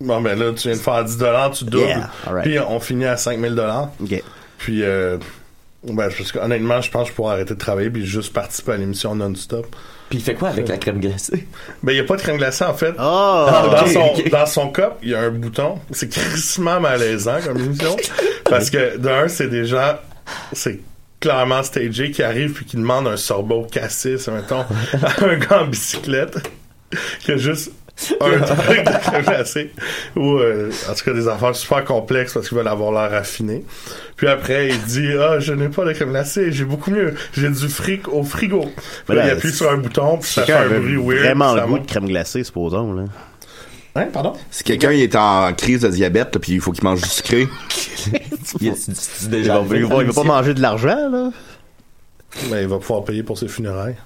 Speaker 5: Bon, ben là, tu viens de faire 10 tu doubles.
Speaker 1: Yeah, alright.
Speaker 5: Puis on finit à 5000
Speaker 1: Ok.
Speaker 5: Puis, euh, ben, parce que, honnêtement, je pense que je pourrais arrêter de travailler puis juste participer à l'émission non-stop.
Speaker 4: Puis il fait quoi avec la crème glacée?
Speaker 5: Ben, il n'y a pas de crème glacée, en fait.
Speaker 1: Oh!
Speaker 5: dans,
Speaker 4: ok,
Speaker 5: son,
Speaker 4: ok.
Speaker 5: dans son cop, il y a un bouton. C'est crissement malaisant comme émission. parce que, d'un, c'est des gens. C'est clairement stagé qui arrivent puis qui demandent un sorbet au cassis, mettons, à un gars en bicyclette. qui a juste un truc de crème glacée. Ou, euh, en tout cas, des affaires super complexes parce qu'ils veulent avoir l'air raffiné. Puis après, il dit Ah, je n'ai pas de crème glacée, j'ai beaucoup mieux. J'ai du fric au frigo. Puis
Speaker 1: Voilà,
Speaker 5: là, il appuie
Speaker 1: c'est-
Speaker 5: sur un bouton, puis ça fait
Speaker 1: Quelqu'un
Speaker 5: un
Speaker 1: avait
Speaker 5: bruit weird.
Speaker 1: vraiment
Speaker 5: puis
Speaker 1: le
Speaker 5: ça
Speaker 1: goût de
Speaker 5: monte.
Speaker 1: crème glacée, supposons, là.
Speaker 5: Hein, pardon
Speaker 2: Si quelqu'un est en crise de diabète, là, puis il faut qu'il mange du sucré,
Speaker 4: Il y a du- du- du
Speaker 1: Il
Speaker 4: déjà
Speaker 1: va, il va- il va pas manger de l'argent, là.
Speaker 5: Mais Ben, il va pouvoir payer pour ses funérailles.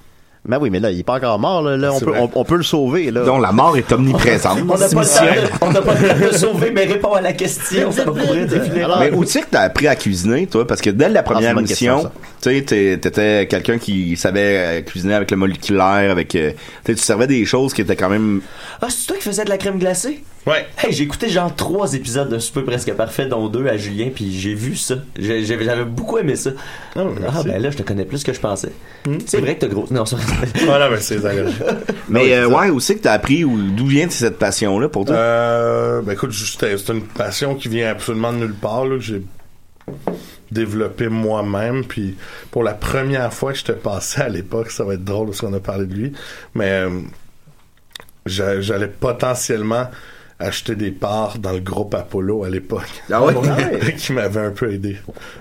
Speaker 1: Ben oui, mais là, il est pas encore mort, là. Là, on,
Speaker 5: C'est
Speaker 1: peut,
Speaker 5: vrai.
Speaker 1: on, on peut le sauver, là.
Speaker 2: dont la mort est
Speaker 1: Ah
Speaker 2: omniprésente.
Speaker 4: On n'a pas le temps de- on n'a pas le temps de le sauver, mais réponds à la question, ça va pourrir tes filets.
Speaker 1: Alors,
Speaker 2: Mais où c'est que t'as appris à cuisiner, toi? Parce que dès la première
Speaker 1: bonne
Speaker 2: mission,
Speaker 1: question,
Speaker 2: tu sais, t'es- t'étais quelqu'un qui savait euh, cuisiner avec le moléculaire, avec, euh, tu sais, tu servais des choses qui étaient quand même
Speaker 4: Ah, c'est toi qui faisais de la crème glacée?
Speaker 5: Ouais.
Speaker 4: Hey, j'ai écouté genre trois épisodes de Super Presque Parfait, dont deux à Julien, puis j'ai vu ça. J'ai- j'ai- J'avais beaucoup aimé ça.
Speaker 5: Ah, merci.
Speaker 4: Ah, ben là, je te connais plus que je pensais.
Speaker 1: Hmm?
Speaker 4: C'est vrai que t'as gros. Non, ça.
Speaker 5: Voilà, ben c'est les allergies.
Speaker 2: Mais euh, ouais, où c'est que t'as appris ou d'où vient cette passion là pour toi
Speaker 5: Euh, ben écoute, je- c'était- c'est une passion qui vient absolument de nulle part, là, que j'ai développé moi-même. Puis pour la première fois que je te passais à l'époque, ça va être drôle parce qu'on a parlé de lui, mais euh, j'a- j'allais potentiellement acheter des parts dans le groupe Apollo à l'époque.
Speaker 2: Ah ouais?
Speaker 5: qui m'avait un peu aidé.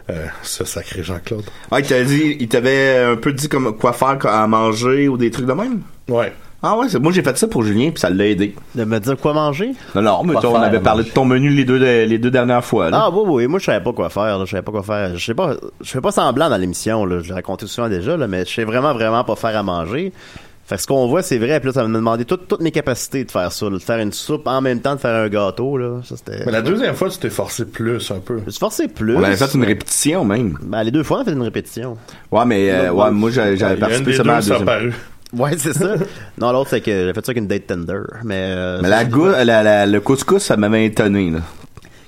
Speaker 5: Euh, ce sacré Jean-Claude.
Speaker 2: Ouais, il t'avait dit, il t'avait un peu dit comme quoi faire quoi- à manger ou des trucs de même.
Speaker 5: Ouais.
Speaker 2: Ah ouais, c'est- moi j'ai fait ça pour Julien puis ça l'a aidé.
Speaker 1: de me dire quoi manger?
Speaker 2: Non non, mais
Speaker 4: Pas
Speaker 2: toi, on
Speaker 4: faire
Speaker 2: avait
Speaker 4: à
Speaker 2: parlé de
Speaker 4: manger.
Speaker 2: ton menu les deux les deux dernières fois. Là.
Speaker 1: Ah oui, oui, moi je savais pas quoi faire, là. je savais pas quoi faire. Je sais pas, je fais pas semblant dans l'émission, là. je l'ai raconté souvent déjà, là, mais je sais vraiment, vraiment pas faire à manger. Fait que ce qu'on voit, c'est vrai, puis là, ça m'a demandé toutes- toutes mes capacités de faire ça, là. de faire une soupe en même temps, de faire un gâteau, là. Ça, c'était...
Speaker 5: Mais la deuxième fois, tu t'es forcé plus un peu.
Speaker 1: Je me suis forcé plus.
Speaker 2: on avait fait une répétition même.
Speaker 1: Ben, les deux fois, on a fait une répétition.
Speaker 2: Ouais, mais euh,
Speaker 1: Non,
Speaker 2: ouais,
Speaker 1: ouais.
Speaker 2: moi j'a- j'avais
Speaker 5: Il y a une
Speaker 2: participé
Speaker 5: des
Speaker 2: seulement à
Speaker 5: deux
Speaker 2: la
Speaker 5: qui s'est
Speaker 2: deuxième.
Speaker 5: apparue.
Speaker 1: Ouais, c'est ça. non, l'autre, c'est que j'ai fait ça avec une date tender, mais, euh,
Speaker 2: Mais la, gou- la, la- le couscous, ça m'avait étonné. Là.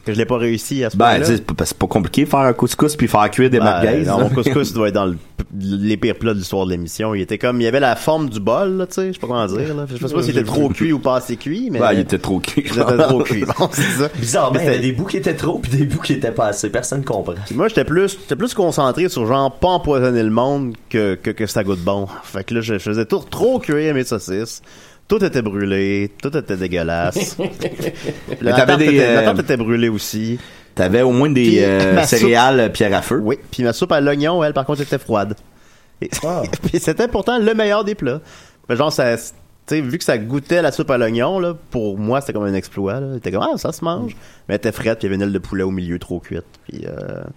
Speaker 1: que je l'ai pas réussi à ce
Speaker 2: Ben,
Speaker 1: point-là.
Speaker 2: tu sais, c'est pas- c'est pas compliqué faire un couscous puis faire cuire des
Speaker 1: Ben,
Speaker 2: merguez.
Speaker 1: non,
Speaker 2: là.
Speaker 1: mon couscous doit être dans le- les pires plats de l'histoire de l'émission. Il était comme, il y avait la forme du bol, là, tu sais, je sais pas comment dire, là. Je sais pas s'il était trop cuit ou pas assez cuit, mais.
Speaker 2: Ben, il était trop cuit.
Speaker 1: il était trop cuit. Bon, c'est ça.
Speaker 4: Bizarrement, il y
Speaker 1: Mais
Speaker 4: avait des bouts qui étaient trop, puis des bouts qui étaient pas assez. Personne comprend.
Speaker 1: c'était- Moi, j'étais plus, j'étais plus concentré sur genre pas empoisonner le monde que, que, que ça goûte bon. Fait que là, je, je faisais tout trop cuire mes saucisses. Tout était brûlé, tout était dégueulasse. Puis
Speaker 2: Mais
Speaker 1: la,
Speaker 2: t'avais
Speaker 1: tarte
Speaker 2: des,
Speaker 1: était, la
Speaker 2: euh,
Speaker 1: tarte était brûlée aussi.
Speaker 2: T'avais au moins des
Speaker 1: Puis,
Speaker 2: euh,
Speaker 1: ma soupe-
Speaker 2: céréales euh, pierre à feu.
Speaker 1: Oui, puis ma soupe à l'oignon, elle, par contre, était froide. Et,
Speaker 5: Ah.
Speaker 1: puis c'était pourtant le meilleur des plats. Mais genre, ça, tu sais, vu que ça goûtait la soupe à l'oignon, là, pour moi, c'était comme un exploit. là. C'était comme, ah, ça se mange. Mais elle était frette, puis il y avait une aile de poulet au milieu trop cuite. Puis, euh,
Speaker 2: Eh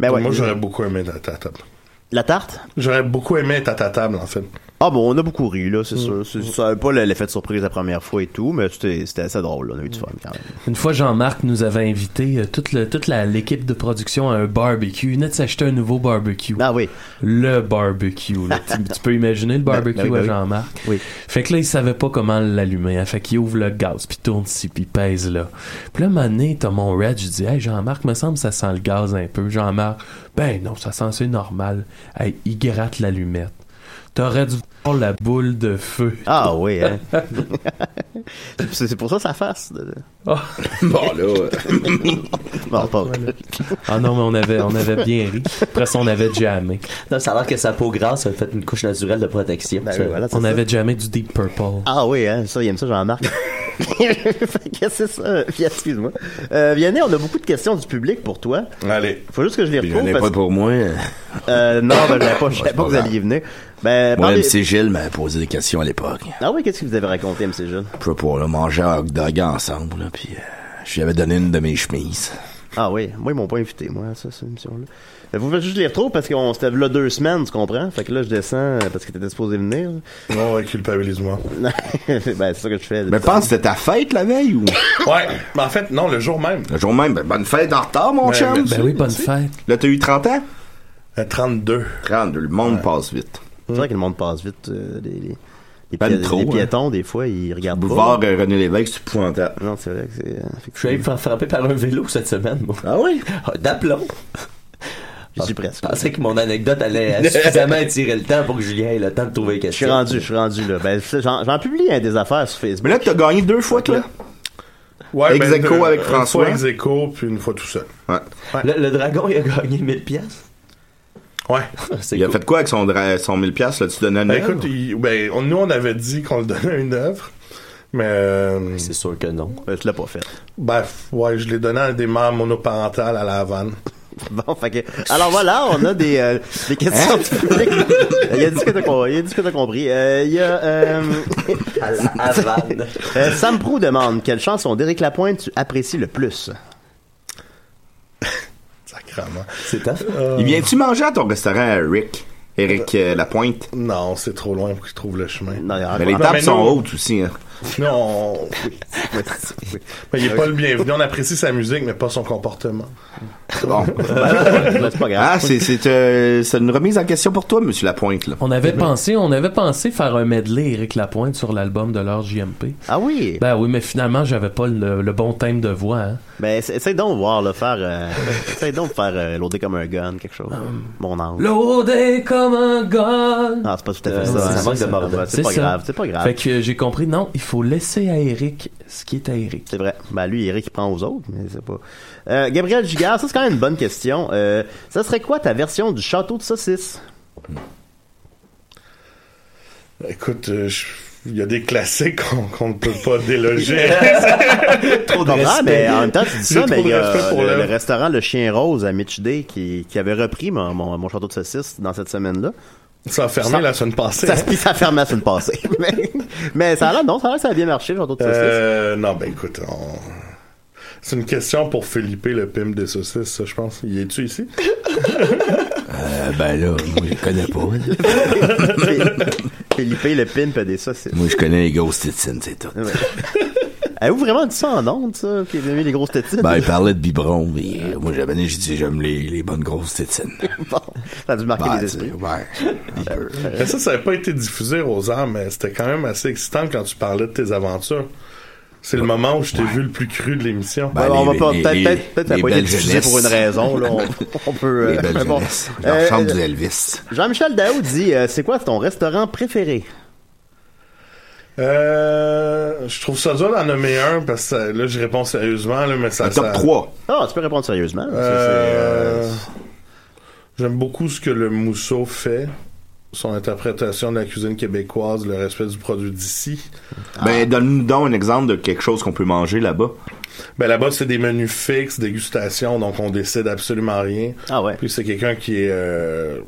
Speaker 1: Mais ouais,
Speaker 5: Moi, j'aurais beaucoup aimé ta, ta table.
Speaker 1: la tarte.
Speaker 5: J'aurais beaucoup aimé être à ta table, en fait.
Speaker 1: Ah bon, on a beaucoup ri, là, c'est
Speaker 5: Mm.
Speaker 1: sûr. C'est- Ça avait pas l'effet de surprise la première fois et tout, mais c'était c'était assez drôle, là. on a eu du fun quand même.
Speaker 3: Une fois, Jean-Marc nous avait invité, euh, toute, le- toute la- l'équipe de production, à un barbecue. Il venait de s'acheter un nouveau barbecue.
Speaker 1: Ah oui,
Speaker 3: Le barbecue. là. tu, tu peux imaginer le barbecue
Speaker 1: Ben, ben oui,
Speaker 3: à
Speaker 1: ben oui.
Speaker 3: Jean-Marc.
Speaker 1: oui.
Speaker 3: Fait que là, il savait pas comment l'allumer. hein. Fait qu'il ouvre le gaz, puis tourne ici, puis il pèse là. Puis là, un moment donné, t'as mon red, je dis « Hey, Jean-Marc, me semble que ça sent le gaz un peu. » Jean-Marc, « Ben non, ça sent, c'est normal. » Hey, il gratte l'allumette. T'aurais dû voir la boule de feu.
Speaker 1: Ah oui, hein. c'est c'est pour ça sa face. de-
Speaker 5: Ah.
Speaker 2: Bon, là, euh,
Speaker 1: Bon, pas-
Speaker 3: Ah non, mais on avait, on avait bien ri. Après ça, on avait jammé.
Speaker 4: Non, ça a l'air que sa peau grasse a fait une couche naturelle de protection.
Speaker 1: Ben
Speaker 4: Ça-
Speaker 1: oui, voilà, c'est
Speaker 3: On
Speaker 1: ça.
Speaker 3: avait jammé du Deep Purple.
Speaker 1: Ah oui, hein, ça, il aime ça, Jean-Marc. Fait que c'est ça. Puis, excuse-moi. Euh, Vianney, on a beaucoup de questions du public pour toi.
Speaker 5: Allez.
Speaker 1: Faut juste que je les
Speaker 2: J'en
Speaker 1: retrouve.
Speaker 2: ai
Speaker 1: parce
Speaker 2: pas pour moi.
Speaker 1: que- euh, non, ben, je savais pas, je savais
Speaker 2: c'est
Speaker 1: pas
Speaker 2: pas
Speaker 1: que vous
Speaker 2: grave.
Speaker 1: alliez venir. Ben,
Speaker 2: Moi,
Speaker 1: parlez-
Speaker 2: MC Gilles m'a posé des questions à l'époque.
Speaker 1: Ah oui, qu'est-ce que vous avez raconté, M. Jeune?
Speaker 2: Je sais pas, là, manger un hot dog ensemble, là, puis euh, je lui avais donné une de mes chemises.
Speaker 1: Ah oui, moi, ils m'ont pas invité, moi, à ça, cette émission-là. Euh, Vous faites juste que je les retrouve parce qu'on s'était là deux semaines, tu comprends? Fait que là, je descends euh, parce que t'étais supposé venir.
Speaker 5: Non, ouais, culpabilise-moi.
Speaker 1: ben, c'est ça que je fais.
Speaker 2: Mais pense que c'était ta fête la veille ou
Speaker 5: Ouais. Mais en fait, non, le jour même.
Speaker 2: le jour même? Ben, bonne fête en retard, mon
Speaker 5: Mais-
Speaker 2: chum!
Speaker 5: mais-
Speaker 3: Ben oui, bonne fête.
Speaker 2: Là, t'as eu 30 ans?
Speaker 5: À 32.
Speaker 2: 32, le monde passe vite.
Speaker 1: C'est vrai que le monde passe vite. euh, les, les, les,
Speaker 2: Ben
Speaker 1: pi-
Speaker 2: trop,
Speaker 1: les
Speaker 2: hein.
Speaker 1: piétons, des fois, ils regardent
Speaker 2: Boulevard
Speaker 1: pas.
Speaker 2: euh, René Lévesque, c'est épouvantable.
Speaker 1: Non, c'est vrai que c'est. euh, fait que
Speaker 4: Je suis allé me faire frapper par un vélo cette semaine, moi.
Speaker 2: Ah oui?
Speaker 4: Ah, D'aplomb.
Speaker 1: J'y suis presque.
Speaker 4: Je pensais que mon anecdote allait suffisamment étirer le temps pour que Julien ait le temps de trouver
Speaker 1: Je
Speaker 4: quelque
Speaker 1: suis
Speaker 4: chose.
Speaker 1: rendu, je suis rendu là. Ben, c'est- j'en j'en publie hein, des affaires sur Facebook.
Speaker 2: Mais là, t'as gagné deux fois, toi?
Speaker 5: Ouais,
Speaker 2: Ex aequo
Speaker 5: deux-
Speaker 2: avec
Speaker 5: Une
Speaker 2: François.
Speaker 5: fois ex aequo, puis une fois tout seul.
Speaker 2: Ouais.
Speaker 4: Le, le dragon, il a gagné 1000 piastres.
Speaker 5: Ouais.
Speaker 1: Ah,
Speaker 4: C'est
Speaker 2: Il a
Speaker 4: cool.
Speaker 2: fait quoi avec son, dra- son 1000$? Là, tu donnais une
Speaker 5: Ben,
Speaker 2: œuvre?
Speaker 5: écoute, il- ben, on- nous, on avait dit qu'on le donnait à une œuvre. Mais, euh,
Speaker 4: C'est sûr que non.
Speaker 1: Euh, tu l'as pas fait.
Speaker 5: ben, ouais, je l'ai donné à des mères monoparentales à la Havane.
Speaker 1: Bon, fait que. Alors voilà, on a des, euh, des questions du public. Il a dit ce que t'as com- il a dit ce que t'as compris. Euh, il y a. euh,
Speaker 4: À la Havane.
Speaker 1: euh, Sam Prou demande quelle chanson d'Éric Lapointe tu apprécies le plus
Speaker 5: Sacrement.
Speaker 4: C'est tough.
Speaker 1: Euh,
Speaker 2: Il vient-tu manger à ton restaurant, Rick? Eric euh, Lapointe?
Speaker 5: Non, c'est trop loin pour qu'ils trouvent le chemin.
Speaker 1: Non, il y a
Speaker 2: Mais les
Speaker 1: encore-
Speaker 2: tables
Speaker 5: mais
Speaker 2: sont
Speaker 5: Ben, non.
Speaker 2: hautes aussi. Hein.
Speaker 5: Non. Mais il est pas le bienvenu. On apprécie sa musique, mais pas son comportement.
Speaker 2: Bon.
Speaker 1: Ben, c'est pas grave.
Speaker 2: ah, c'est c'est, euh, c'est une remise en question pour toi, Monsieur Lapointe. Là.
Speaker 3: On
Speaker 1: Ben
Speaker 3: avait pensé, on avait pensé faire un medley Eric Lapointe sur l'album de leur JMP.
Speaker 1: Ah oui.
Speaker 3: Ben oui, mais finalement, j'avais pas le, le bon thème de voix. hein.
Speaker 1: Ben, essa- essaye donc de voir, là, faire. Euh, essaye donc de faire euh, loader comme un gun, quelque chose. Mon ange.
Speaker 3: Loadé comme un gun.
Speaker 1: Non, c'est pas tout à fait
Speaker 4: Euh,
Speaker 1: ça.
Speaker 4: ça
Speaker 1: hein.
Speaker 4: manque de mordant.
Speaker 1: Ben, C'est
Speaker 3: C'est
Speaker 1: pas
Speaker 3: ça.
Speaker 1: grave, c'est pas
Speaker 4: Ah.
Speaker 1: grave.
Speaker 3: Fait que euh, j'ai compris, non, il faut laisser à Eric ce qui est à Eric.
Speaker 1: C'est vrai. Ben lui, Eric, il prend aux autres, mais c'est pas. Euh, Gabriel Gigard, ça c'est quand même une bonne question. Euh, ça serait quoi ta version du château de saucisse
Speaker 5: Écoute, euh, je- il y a des classiques qu'on qu'on ne peut pas déloger.
Speaker 1: Trop de
Speaker 5: respect.
Speaker 1: mais en même temps, tu dis
Speaker 5: J'ai
Speaker 1: ça, mais
Speaker 5: trop
Speaker 1: il
Speaker 5: de
Speaker 1: y a
Speaker 5: respect pour
Speaker 1: le,
Speaker 5: l'œuvre.
Speaker 1: le restaurant Le Chien Rose à Mitch Day qui, qui avait repris mon, mon, mon château de saucisse dans cette semaine-là.
Speaker 5: Ça a fermé
Speaker 1: Ça-
Speaker 5: la semaine passée.
Speaker 1: Ça,
Speaker 5: hein.
Speaker 1: puis ça fermait la semaine passée. mais, mais ça a l'air, non, ça a l'air que ça a bien marché, le château de saucisse.
Speaker 5: Euh, non, ben écoute, on- c'est une question pour Philippe, le pime des saucisses, ça, je pense. Il est-tu ici?
Speaker 2: Euh, ben là, moi je connais pas. hein. là.
Speaker 1: Philippe, le pimp des saucisses.
Speaker 2: moi je connais les Ghost Titans, c'est tout.
Speaker 1: Avez-vous vraiment dit ça en ondes, ça? Puis les grosses tétines?
Speaker 2: Ben, il parlait de biberon, mais euh, moi j'avais dit, j'ai dit, j'aime les, les bonnes grosses tétines.
Speaker 1: Bon, ça a dû marquer
Speaker 2: Ben,
Speaker 1: les esprits.
Speaker 2: tu sais, ouais, il peut.
Speaker 5: Mais ça, ça n'avait pas été diffusé aux arts, mais c'était quand même assez excitant quand tu parlais de tes aventures. C'est le moment où je t'ai vu le plus cru de l'émission.
Speaker 2: Ben,
Speaker 1: Alors, on va
Speaker 2: les-
Speaker 1: pas-
Speaker 2: les-
Speaker 1: peut-être,
Speaker 2: les-
Speaker 1: peut-être, peut-être, ça n'a
Speaker 2: les
Speaker 1: pas été
Speaker 2: belles
Speaker 1: diffusé
Speaker 2: jeunesses.
Speaker 1: pour une raison, là. On, on peut,
Speaker 2: Les
Speaker 1: euh,
Speaker 2: belles
Speaker 1: mais bon.
Speaker 2: jeunesses.
Speaker 1: Euh,
Speaker 2: Leur chante du Elvis.
Speaker 1: Jean-Michel Daou dit, euh, c'est quoi ton restaurant préféré?
Speaker 5: Euh, je trouve ça dur d'en nommer un, parce que ça- là, je réponds sérieusement, là, mais ça...
Speaker 2: Un top
Speaker 5: ça-
Speaker 2: 3.
Speaker 1: Ah, tu peux répondre sérieusement. Ça, c'est,
Speaker 5: Euh,
Speaker 1: euh,
Speaker 5: J'aime beaucoup ce que le Mousseau fait, son interprétation de la cuisine québécoise, le respect du produit d'ici.
Speaker 2: Ben, donne-nous donc un exemple de quelque chose qu'on peut manger là-bas.
Speaker 5: Ben là-bas, c'est des menus fixes, dégustation, donc on décide absolument rien.
Speaker 1: ah ouais.
Speaker 5: Puis c'est quelqu'un qui est euh,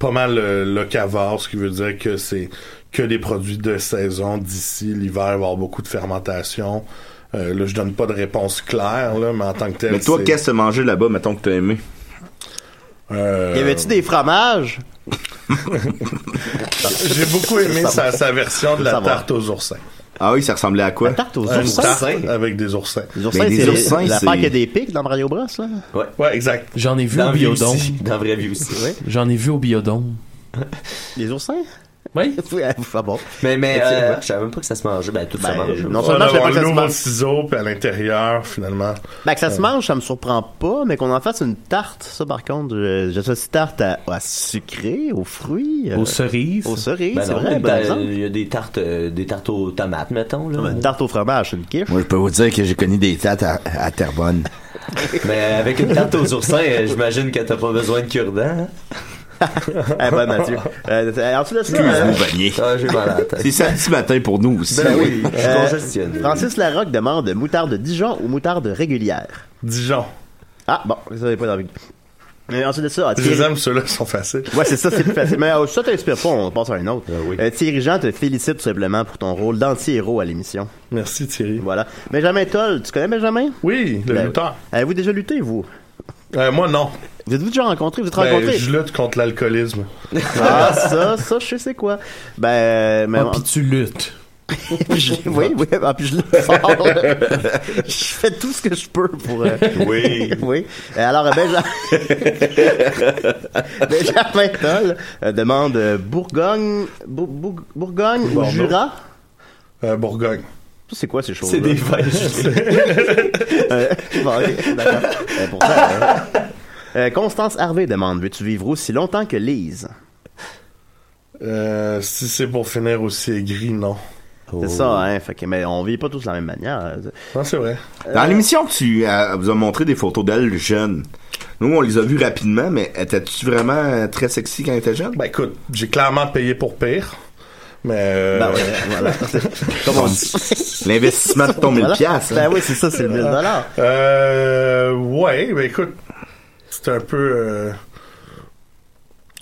Speaker 5: pas mal euh, locavore, ce qui veut dire que c'est que des produits de saison d'ici. L'hiver, il va y avoir beaucoup de fermentation. Euh, là, je donne pas de réponse claire, là, mais en tant que tel.
Speaker 2: Mais toi,
Speaker 5: c'est-
Speaker 2: qu'est-ce que t'as mangé là-bas, mettons que t'as aimé?
Speaker 5: Euh,
Speaker 1: Y avait-tu des fromages?
Speaker 5: J'ai beaucoup aimé sa, sa version de la
Speaker 1: Savoir.
Speaker 5: tarte aux oursins.
Speaker 2: Ah oui, ça ressemblait à quoi? Euh,
Speaker 1: La tarte aux
Speaker 5: Une
Speaker 1: oursins?
Speaker 5: tarte avec des oursins.
Speaker 1: Les oursins,
Speaker 2: Ben, les
Speaker 1: c'est
Speaker 2: oursins,
Speaker 1: la
Speaker 2: c'est-
Speaker 1: part qu'il y a des pics dans Mario Bros, là.
Speaker 5: Ouais, exact.
Speaker 3: J'en ai vu
Speaker 4: Dans
Speaker 3: au
Speaker 4: la vie
Speaker 3: biodôme.
Speaker 4: aussi. Dans la vraie vie aussi.
Speaker 3: J'en ai vu au biodôme.
Speaker 1: Les oursins?
Speaker 3: Oui.
Speaker 1: Oui, ah bon.
Speaker 4: Mais, mais,
Speaker 1: Effectivement.
Speaker 4: euh, je savais même pas que ça se mangeait. Ben, tout ça
Speaker 1: Ben,
Speaker 4: mange.
Speaker 1: non.
Speaker 5: On
Speaker 1: seulement, je sais pas
Speaker 5: a
Speaker 1: que ça se
Speaker 5: l'eau au
Speaker 1: mange.
Speaker 5: ciseau, puis à l'intérieur, finalement.
Speaker 1: Ben, que ça
Speaker 2: Euh.
Speaker 1: se mange, ça me surprend pas, mais qu'on en fasse une tarte, ça, par contre, je- j'associe tarte à, à sucré, aux fruits, euh,
Speaker 3: Aux cerises. Ah,
Speaker 1: aux cerises,
Speaker 4: Ben
Speaker 1: c'est
Speaker 4: non,
Speaker 1: vrai,
Speaker 4: une
Speaker 1: bon
Speaker 4: ta-
Speaker 1: exemple.
Speaker 4: Il y a des tartes, euh, des tartes aux tomates, mettons. Là.
Speaker 1: Non, mais Une tarte au fromage, c'est une quiche.
Speaker 2: Moi, je peux vous dire que j'ai connu des têtes à, à Terrebonne.
Speaker 4: Mais avec une tarte aux oursins, euh, j'imagine que t'as pas besoin de cure-dent. hein.
Speaker 1: Eh ben, Mathieu. Euh, ensuite de ça, euh,
Speaker 2: Excuse-nous, Vanier.
Speaker 4: Ah, j'ai mal à la tête.
Speaker 2: C'est samedi matin pour nous aussi.
Speaker 4: Ben oui, je suis
Speaker 1: Euh,
Speaker 4: congestionné.
Speaker 1: Francis Larocque demande moutarde Dijon ou moutarde régulière.
Speaker 5: Dijon.
Speaker 1: Ah, bon, vous avez pas d'envie. Euh, ensuite de ça,
Speaker 5: Je les
Speaker 1: Thierry-
Speaker 5: aime, ceux-là, ils sont faciles.
Speaker 1: Ouais, c'est ça, c'est plus facile. Mais euh, ça t'inspire pas, on passe à un
Speaker 5: Ah
Speaker 1: autre. Euh, Thierry Jean te félicite tout simplement pour ton rôle d'anti-héros à l'émission.
Speaker 5: Merci, Thierry.
Speaker 1: Voilà. Benjamin Toll, tu connais Benjamin?
Speaker 5: Oui, le
Speaker 1: Ben,
Speaker 5: lutteur.
Speaker 1: Avez-vous déjà lutté, vous?
Speaker 5: Euh, moi, non.
Speaker 1: Vous êtes-vous déjà rencontrés? Vous êtes
Speaker 5: Ben,
Speaker 1: rencontrés?
Speaker 5: je lutte contre l'alcoolisme.
Speaker 1: Ah, ça, ça, je sais c'est quoi. Ben, euh, mais...
Speaker 3: Ah, puis tu luttes.
Speaker 1: Je- oui, oui, ah, puis je le sors. je fais tout ce que je peux pour... euh,
Speaker 2: Oui.
Speaker 1: Oui. Euh, Alors, euh, Benjamin... Benjamin Toll euh, demande euh, Bourgogne, Bour- Bour- Bourgogne ou
Speaker 5: Bordeaux.
Speaker 1: Jura?
Speaker 5: Euh, Bourgogne.
Speaker 1: Ça, C'est quoi ces choses
Speaker 4: C'est des vins gelés.
Speaker 1: Euh, bon, ok, d'accord. Euh, pour ça, euh, euh, Constance Harvey demande Veux-tu vivre aussi longtemps que Lise
Speaker 5: Euh, si c'est pour finir aussi aigri, non.
Speaker 1: C'est ça, hein. Fait que, mais on vit pas tous de la même manière.
Speaker 5: Non, c'est vrai.
Speaker 2: Dans l'émission, tu euh, vous as montré des photos d'elle jeune. Nous, on les a vues rapidement, mais étais-tu vraiment euh, très sexy quand elle était jeune?
Speaker 5: Ben, écoute, j'ai clairement payé pour pire. Mais. euh,
Speaker 1: Ben ouais, voilà.
Speaker 2: Comme on dit, l'investissement de ton 1000 piastres. hein.
Speaker 1: Ben oui, c'est ça, c'est le 1000 dollars.
Speaker 5: Euh, ouais, ben écoute, c'était un peu. euh,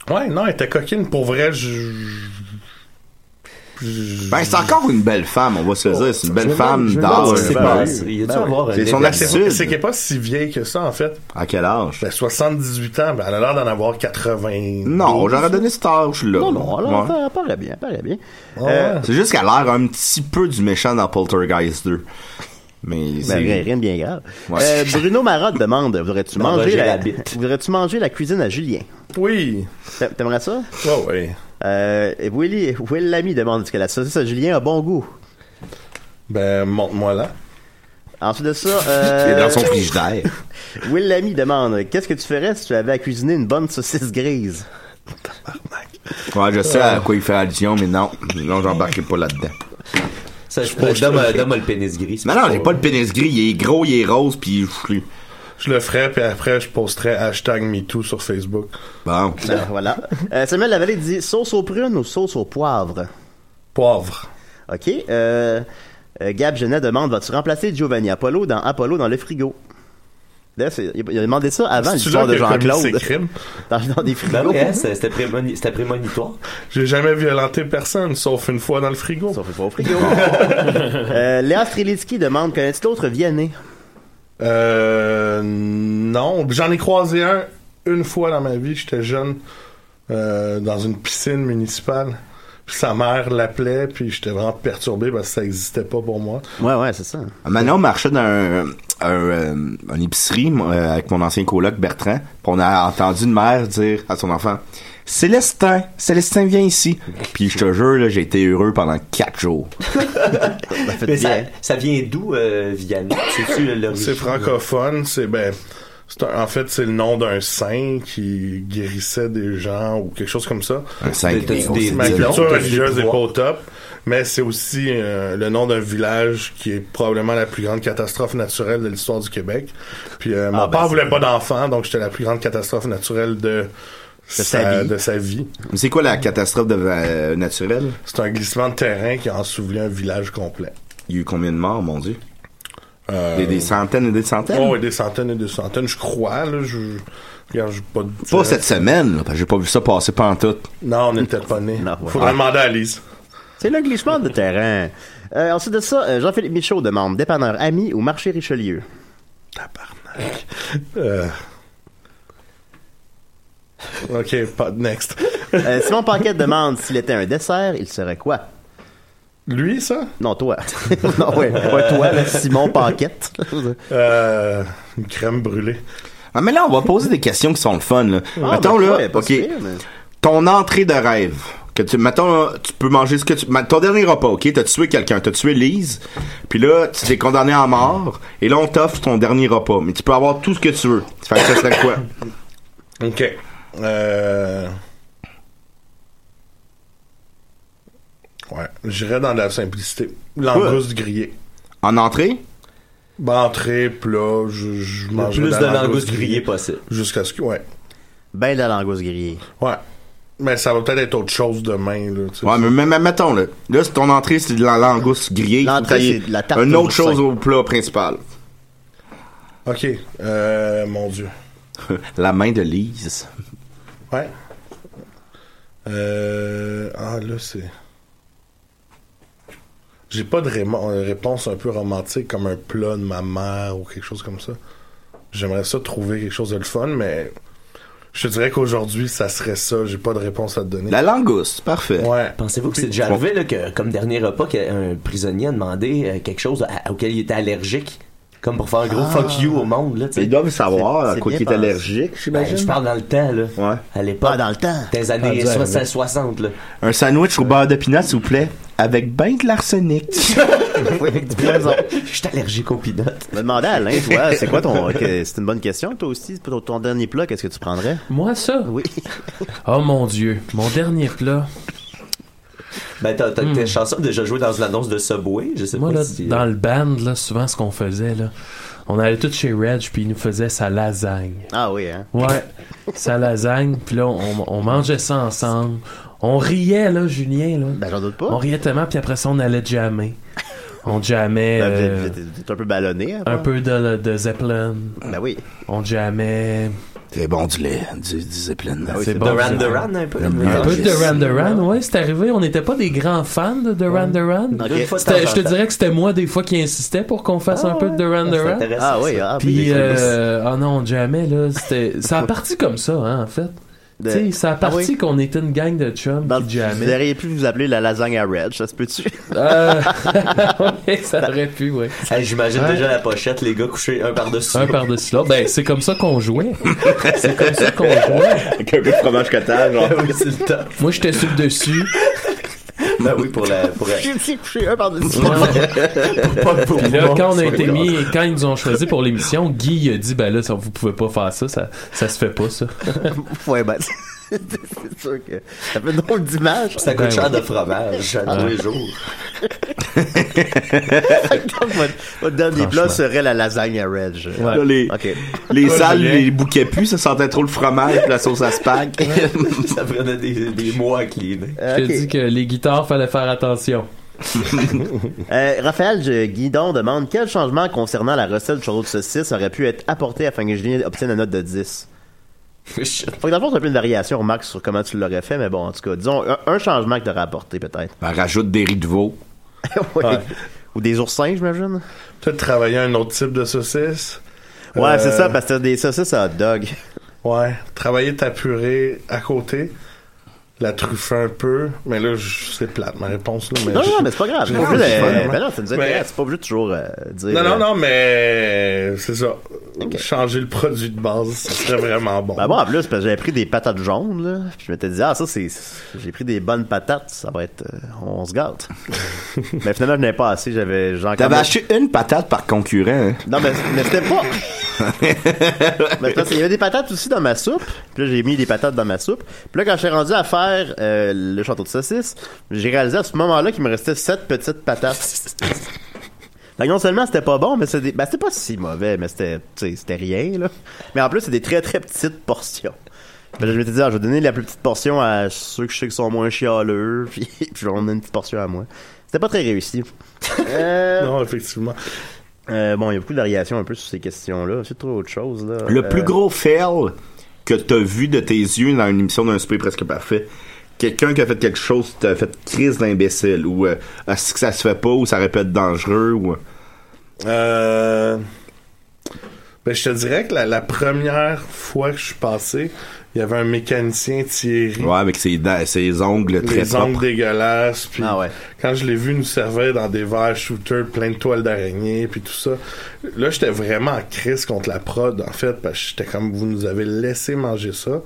Speaker 5: Ouais, non, elle était coquine. Pour vrai, je. je-
Speaker 2: Ben, c'est encore une belle femme, on va se le dire. C'est une belle
Speaker 5: Je me demande-
Speaker 2: femme
Speaker 5: je me demande
Speaker 2: d'âge.
Speaker 5: si c'est
Speaker 2: Ben,
Speaker 5: pas-
Speaker 2: c'est-
Speaker 4: Il y a dû
Speaker 5: Ben oui.
Speaker 4: avoir un
Speaker 2: C'est son
Speaker 4: événement.
Speaker 5: C'est
Speaker 2: Sud.
Speaker 5: c'est qu'elle est pas si vieille que ça, en fait.
Speaker 2: À quel âge?
Speaker 5: Ben, 78 ans, ben, elle a l'air d'en avoir 80.
Speaker 2: Non, j'aurais donné cet âge-là.
Speaker 1: Non, non, alors,
Speaker 2: Ouais.
Speaker 1: ça paraît bien, paraît bien.
Speaker 5: Ah ouais.
Speaker 1: Euh,
Speaker 2: C'est juste qu'elle a l'air un petit peu du méchant dans Poltergeist 2. Mais
Speaker 1: ben, rien,
Speaker 2: c'est...
Speaker 1: rien de bien grave.
Speaker 2: Ouais.
Speaker 1: Euh, Bruno Marotte demande Voudrais-tu
Speaker 4: Non,
Speaker 1: manger,
Speaker 4: j'ai
Speaker 1: la...
Speaker 4: la bite.
Speaker 1: voudrais-tu manger la cuisine à Julien
Speaker 5: Oui.
Speaker 1: T'a- T'aimerais ça
Speaker 5: Ouais, ouais.
Speaker 1: euh, et Willy, Will Lamy demande Est-ce que la saucisse à Julien a bon goût
Speaker 5: Ben, montre-moi là.
Speaker 1: Ensuite de ça.
Speaker 2: Il est
Speaker 1: Euh...
Speaker 2: dans son frigidaire.
Speaker 1: Will Lamy demande Qu'est-ce que tu ferais si tu avais à cuisiner une bonne saucisse grise
Speaker 2: Ouais, je sais à quoi il fait allusion, mais non. Non, j'embarquerai pas là-dedans.
Speaker 4: Ça, je peux. Dom a Dom a le pénis gris. c'est
Speaker 2: Non,
Speaker 4: pour
Speaker 2: non,
Speaker 4: ça.
Speaker 2: j'ai pas le pénis gris. Il est gros, il est rose, puis il est flou.
Speaker 5: Je le ferai, puis après, je posterai hashtag MeToo sur Facebook.
Speaker 2: Bon.
Speaker 1: Ben, Voilà. Euh, Samuel Lavallée dit sauce aux prunes ou sauce au poivre
Speaker 5: Poivre.
Speaker 1: OK. Euh, euh, Gab Genet demande Vas-tu remplacer Giovanni Apollo dans Apollo dans le frigo Là, c'est- il il a demandé ça avant
Speaker 5: C'est-tu
Speaker 1: l'histoire
Speaker 5: là
Speaker 1: de
Speaker 5: qu'il a commis ses
Speaker 1: Jean-Claude.
Speaker 5: crimes?
Speaker 1: Dans, dans des frigos.
Speaker 4: Ben oui, hein, c'est- c'était prémoni- c'était prémonitoire.
Speaker 5: J'ai jamais violenté personne, sauf une fois dans le frigo.
Speaker 1: Ça fait pas au frigo. euh, Léa Strelitsky demande Connais-tu d'autres Viennais
Speaker 5: Euh, non, j'en ai croisé un une fois dans ma vie, j'étais jeune, euh, dans une piscine municipale. Puis sa mère l'appelait, puis j'étais vraiment perturbé parce que ça n'existait pas pour moi.
Speaker 1: Ouais, ouais, c'est ça.
Speaker 2: Manon marchait dans un, un, euh, une épicerie moi, euh, avec mon ancien coloc Bertrand, puis on a entendu une mère dire à son enfant Célestin, Célestin viens ici. Puis je te jure là, j'ai été heureux pendant quatre jours.
Speaker 1: Ça fait
Speaker 4: Mais ça,
Speaker 1: bien.
Speaker 4: ça vient d'où, euh, Vianney? C'est-tu l'origine?
Speaker 5: C'est francophone, c'est ben. c'est un- en fait, c'est le nom d'un saint qui guérissait des gens ou quelque chose comme ça.
Speaker 2: Un cinq
Speaker 4: T'as-tu des-
Speaker 5: Ma
Speaker 4: des-
Speaker 2: Dieu.
Speaker 5: culture
Speaker 4: t'as-tu des
Speaker 5: religieuse n'est pas
Speaker 4: pouvoirs?
Speaker 5: au top, mais c'est aussi euh, le nom d'un village qui est probablement la plus grande catastrophe naturelle de l'histoire du Québec. Puis euh, mon
Speaker 4: Ah, ben,
Speaker 5: père
Speaker 4: c'est-
Speaker 5: voulait pas d'enfant, donc j'étais la plus grande catastrophe naturelle
Speaker 1: De
Speaker 5: de,
Speaker 1: sa vie.
Speaker 5: de sa vie.
Speaker 2: C'est quoi la catastrophe de, euh, naturelle
Speaker 5: C'est un glissement de terrain qui a enseveli un village complet.
Speaker 2: Il y a eu combien de morts, mon Dieu
Speaker 5: Euh,
Speaker 2: des, des centaines et des centaines.
Speaker 5: oh, et des centaines et des centaines, je crois. Là, je, regarde, j'ai pas, de-
Speaker 2: Pas cette semaine, là, parce que j'ai pas vu ça passer pantoute.
Speaker 5: Non, on n'était pas nés.
Speaker 1: Non, ouais.
Speaker 5: Faudrait demander à Lise.
Speaker 1: C'est le glissement de terrain. Euh, ensuite de ça, euh, Jean-Philippe Michaud demande dépanneur ami ou marché Richelieu.
Speaker 5: Tabarnak. Euh. Ok, pas next.
Speaker 1: Euh, Simon Paquette demande s'il était un dessert, il serait quoi
Speaker 5: Lui, ça?
Speaker 1: Non, toi. non, ouais, ouais, toi, là, Simon Paquette.
Speaker 5: Euh, une crème brûlée.
Speaker 2: Ah, mais là, on va poser des questions qui sont le fun. Là.
Speaker 1: Ah,
Speaker 2: Mettons,
Speaker 1: ben,
Speaker 2: là,
Speaker 1: ouais, pas
Speaker 2: ok,
Speaker 1: si pire, mais-
Speaker 2: ton entrée de rêve. Que tu, mettons, là, tu peux manger ce que tu. ma- Ton dernier repas, ok? T'as tué quelqu'un, t'as tué Lise, puis là, tu t'es condamné à mort, et là, on t'offre ton dernier repas. Mais tu peux avoir tout ce que tu veux. Fait que ça serait quoi?
Speaker 5: Ok. Euh... Ouais, j'irais dans de la simplicité. Langouste grillée.
Speaker 2: En entrée?
Speaker 5: Ben, entrée, plat, je, je
Speaker 4: Le
Speaker 5: mange
Speaker 4: plus de langouste grillée possible.
Speaker 5: Jusqu'à ce que, ouais.
Speaker 1: Ben de la langouste grillée.
Speaker 5: Ouais. Mais ça va peut-être être autre chose demain, là. tu sais.
Speaker 2: Ouais, mais, mais- mais mettons, là. Là, c'est ton entrée, c'est de la langouste grillée.
Speaker 1: L'entrée,
Speaker 2: Faut tailler
Speaker 1: c'est de la tarte
Speaker 2: Une
Speaker 1: au
Speaker 2: autre chose
Speaker 1: sein.
Speaker 2: au plat principal.
Speaker 5: Ok. Euh, mon Dieu.
Speaker 2: la main de Lise.
Speaker 5: Ouais. Euh... Ah, là, c'est... J'ai pas de rémo- euh, réponse un peu romantique comme un plat de ma mère ou quelque chose comme ça. J'aimerais ça trouver quelque chose de le fun, mais je te dirais qu'aujourd'hui, ça serait ça. J'ai pas de réponse à te donner.
Speaker 2: La langouste, parfait.
Speaker 5: Ouais.
Speaker 4: Pensez-vous que c'est déjà arrivé là, que, comme dernier repas, qu'un prisonnier a demandé euh, quelque chose à- auquel il était allergique? Comme pour faire un gros fuck you au monde, là, tu sais.
Speaker 2: Ils doivent savoir
Speaker 1: C'est-
Speaker 2: à
Speaker 1: c'est
Speaker 2: quoi
Speaker 1: bien
Speaker 2: qu'il est
Speaker 1: pensé.
Speaker 2: allergique,
Speaker 4: Ben,
Speaker 2: j'imagine.
Speaker 4: je parle dans le temps, là.
Speaker 2: Ouais.
Speaker 4: À l'époque.
Speaker 1: Pas Ah, dans le temps.
Speaker 4: Des années
Speaker 6: Rendu à la
Speaker 4: 60, 60, là.
Speaker 2: Un sandwich au beurre de pinot, s'il vous plaît. Avec ben de l'arsenic.
Speaker 4: Je suis allergique aux peanuts.
Speaker 1: Je me demandais, Alain, toi, c'est quoi ton. que- C'est une bonne question, toi aussi. Ton, ton dernier plat, qu'est-ce que tu prendrais?
Speaker 3: Moi, ça?
Speaker 1: Oui.
Speaker 3: Oh mon Dieu, mon dernier plat.
Speaker 4: Ben, t'as, t'as, t'es chanceux de déjà joué dans une annonce de Subway, je sais
Speaker 3: Hmm. Moi,
Speaker 4: pas
Speaker 3: là,
Speaker 4: si... euh,
Speaker 3: dans le band, là, souvent, ce qu'on faisait, là, on allait tous chez Reg, puis il nous faisait sa lasagne.
Speaker 1: Ah oui, hein.
Speaker 3: Ouais, sa lasagne, puis là, on, on mangeait ça ensemble. On riait, là, Julien, là.
Speaker 1: Ben, j'en doute
Speaker 3: On
Speaker 1: pas.
Speaker 3: riait tellement, puis après ça, on allait jammer. On jammait
Speaker 1: Ben,
Speaker 3: euh,
Speaker 1: vous êtes- vous êtes un peu ballonné. hein,
Speaker 3: un
Speaker 1: quoi.
Speaker 3: peu de, de Zeppelin.
Speaker 1: Ben oui.
Speaker 3: On jammait
Speaker 2: C'est bon du lait, du, du Zeppelin.
Speaker 1: oui,
Speaker 3: c'est
Speaker 1: c'est
Speaker 3: bon.
Speaker 4: Duran
Speaker 3: ça.
Speaker 4: Duran, un peu.
Speaker 3: un peu de Duran Duran, ouais, c'est arrivé. On n'était pas des grands fans de Duran Duran.
Speaker 1: Ok.
Speaker 4: Une fois de
Speaker 3: C'était-
Speaker 4: temps en
Speaker 3: Je te
Speaker 4: temps.
Speaker 3: dirais que c'était moi, des fois, qui insistait pour qu'on fasse
Speaker 4: Ah
Speaker 3: un peu de Duran
Speaker 4: C'est
Speaker 3: Duran.
Speaker 4: intéressant,
Speaker 1: Ah oui,
Speaker 4: ça.
Speaker 1: ah oui.
Speaker 3: Puis, euh, ah non, jamais, là, c'était... Ça a parti comme ça, hein, en fait.
Speaker 1: De-
Speaker 3: Tu sais, ça a
Speaker 1: Ah
Speaker 3: parti
Speaker 1: oui.
Speaker 3: qu'on était une gang de chums
Speaker 1: Dans-
Speaker 3: qui
Speaker 1: vous
Speaker 3: jamais.
Speaker 1: auriez pu vous appeler la lasagne à Red, ça se peut-tu?
Speaker 3: ça aurait pu, Euh, ouais.
Speaker 4: Hey, J'imagine déjà la pochette, les gars couchés un par-dessus.
Speaker 3: Un par-dessus l'autre. Ben, c'est comme ça qu'on jouait. c'est comme ça qu'on jouait.
Speaker 2: Avec un peu de fromage cottage. genre.
Speaker 4: oui, c'est le top.
Speaker 3: Moi, j'étais sur le dessus.
Speaker 4: Ben oui, pour la... Pour la...
Speaker 1: suis couché un par-dessus.
Speaker 3: Puis là, quand on a été mis, quand ils nous ont choisi pour l'émission, Guy il a dit, ben là, ça, vous pouvez pas faire ça, ça, ça se fait pas, ça.
Speaker 1: Ouais, ben, c'est c'est sûr que ça fait drôle d'image.
Speaker 4: Ça
Speaker 3: Ben
Speaker 4: coûte cher
Speaker 3: oui.
Speaker 4: de fromage à tous les jours.
Speaker 1: Donc, votre, votre dernier
Speaker 3: Franchement.
Speaker 1: plat serait la lasagne à Reg.
Speaker 3: Ouais.
Speaker 2: Là, les,
Speaker 1: Ok.
Speaker 2: les
Speaker 5: Toi,
Speaker 2: salles,
Speaker 5: Julien.
Speaker 2: les bouquets pu, ça sentait trop le fromage et la sauce à spag.
Speaker 4: ça prenait des, des mois à cleaner.
Speaker 1: Euh,
Speaker 3: Je
Speaker 1: ok.
Speaker 3: te dis que les guitares, fallait faire attention.
Speaker 1: Euh, Raphaël je- Guidon demande quel changement concernant la recette du château de saucisse aurait pu être apporté afin que Julien obtienne une note de 10
Speaker 4: Shit.
Speaker 1: Fait que dans le fond, c'est un peu une variation, remarque, sur comment tu l'aurais fait, mais bon, en tout cas, disons un, un changement que t'aurais apporté peut-être.
Speaker 2: Ben, rajoute des riz de veau.
Speaker 1: Ouais.
Speaker 5: Ouais.
Speaker 1: Ou des oursins, j'imagine.
Speaker 5: Peut-être travailler un autre type de saucisse.
Speaker 1: Ouais,
Speaker 5: Euh,
Speaker 1: c'est ça, parce que t'as des saucisses à hot dog.
Speaker 5: Ouais. Travailler ta purée à côté. La truffer un peu. Mais là, je- c'est plate, ma réponse, là. Mais
Speaker 1: Non,
Speaker 5: je-
Speaker 1: non, mais c'est pas grave. C'est pas
Speaker 5: Non,
Speaker 1: obligé
Speaker 5: c'est pas
Speaker 1: de-
Speaker 5: grave.
Speaker 1: ben non, ça nous intéresse.
Speaker 5: Mais-
Speaker 1: C'est pas obligé de toujours euh, dire.
Speaker 5: Non,
Speaker 1: euh,
Speaker 5: non, non, mais c'est ça. Changer le produit de base, ce serait vraiment bon.
Speaker 1: Ben moi, en plus, parce que j'avais pris des patates jaunes, là, puis je m'étais dit, ah, ça, c'est. J'ai pris des bonnes patates, ça va être. euh, on se gâte. mais finalement, je n'avais pas assez, j'avais. j'en
Speaker 2: T'avais
Speaker 1: commets-
Speaker 2: acheté une patate par concurrent. Hein?
Speaker 1: Non, mais, mais c'était pas. mais c'est parce qu'il y avait des patates aussi dans ma soupe, puis là, j'ai mis des patates dans ma soupe. Puis là, quand je suis rendu à faire euh, le château de saucisse, j'ai réalisé à ce moment-là qu'il me restait sept petites patates. Fait que non seulement c'était pas bon, mais c'était, ben, c'était pas si mauvais, mais c'était, tu sais, c'était rien, là. Mais en plus, c'est des très très petites portions. Fait que je m'étais dit, ah, je vais donner la plus petite portion à ceux que je sais qui sont moins chialeux, puis, puis je vais en donner une petite portion à moi. C'était pas très réussi. Euh,
Speaker 5: Non, effectivement.
Speaker 1: euh, bon, il y a beaucoup de variations un peu sur ces questions-là. C'est trop autre chose, là.
Speaker 2: Le
Speaker 1: Euh,
Speaker 2: plus gros fail que t'as vu de tes yeux dans une émission d'un souper presque parfait. Quelqu'un qui a fait quelque chose, qui t'a fait crise d'imbécile, ou euh, est-ce que ça se fait pas, ou ça répète dangereux, ou...
Speaker 5: Euh... Ben, je te dirais que la, la première fois que je suis passé, il y avait un mécanicien Thierry.
Speaker 2: Ouais, avec ses dents, ses ongles très
Speaker 5: les ongles
Speaker 2: propres.
Speaker 5: dégueulasses. Puis
Speaker 1: Ah ouais.
Speaker 5: Quand je l'ai vu nous servir dans des verres shooters plein de toiles d'araignée, puis tout ça, là, j'étais vraiment en crise contre la prod, en fait, parce que j'étais comme, vous nous avez laissé manger ça.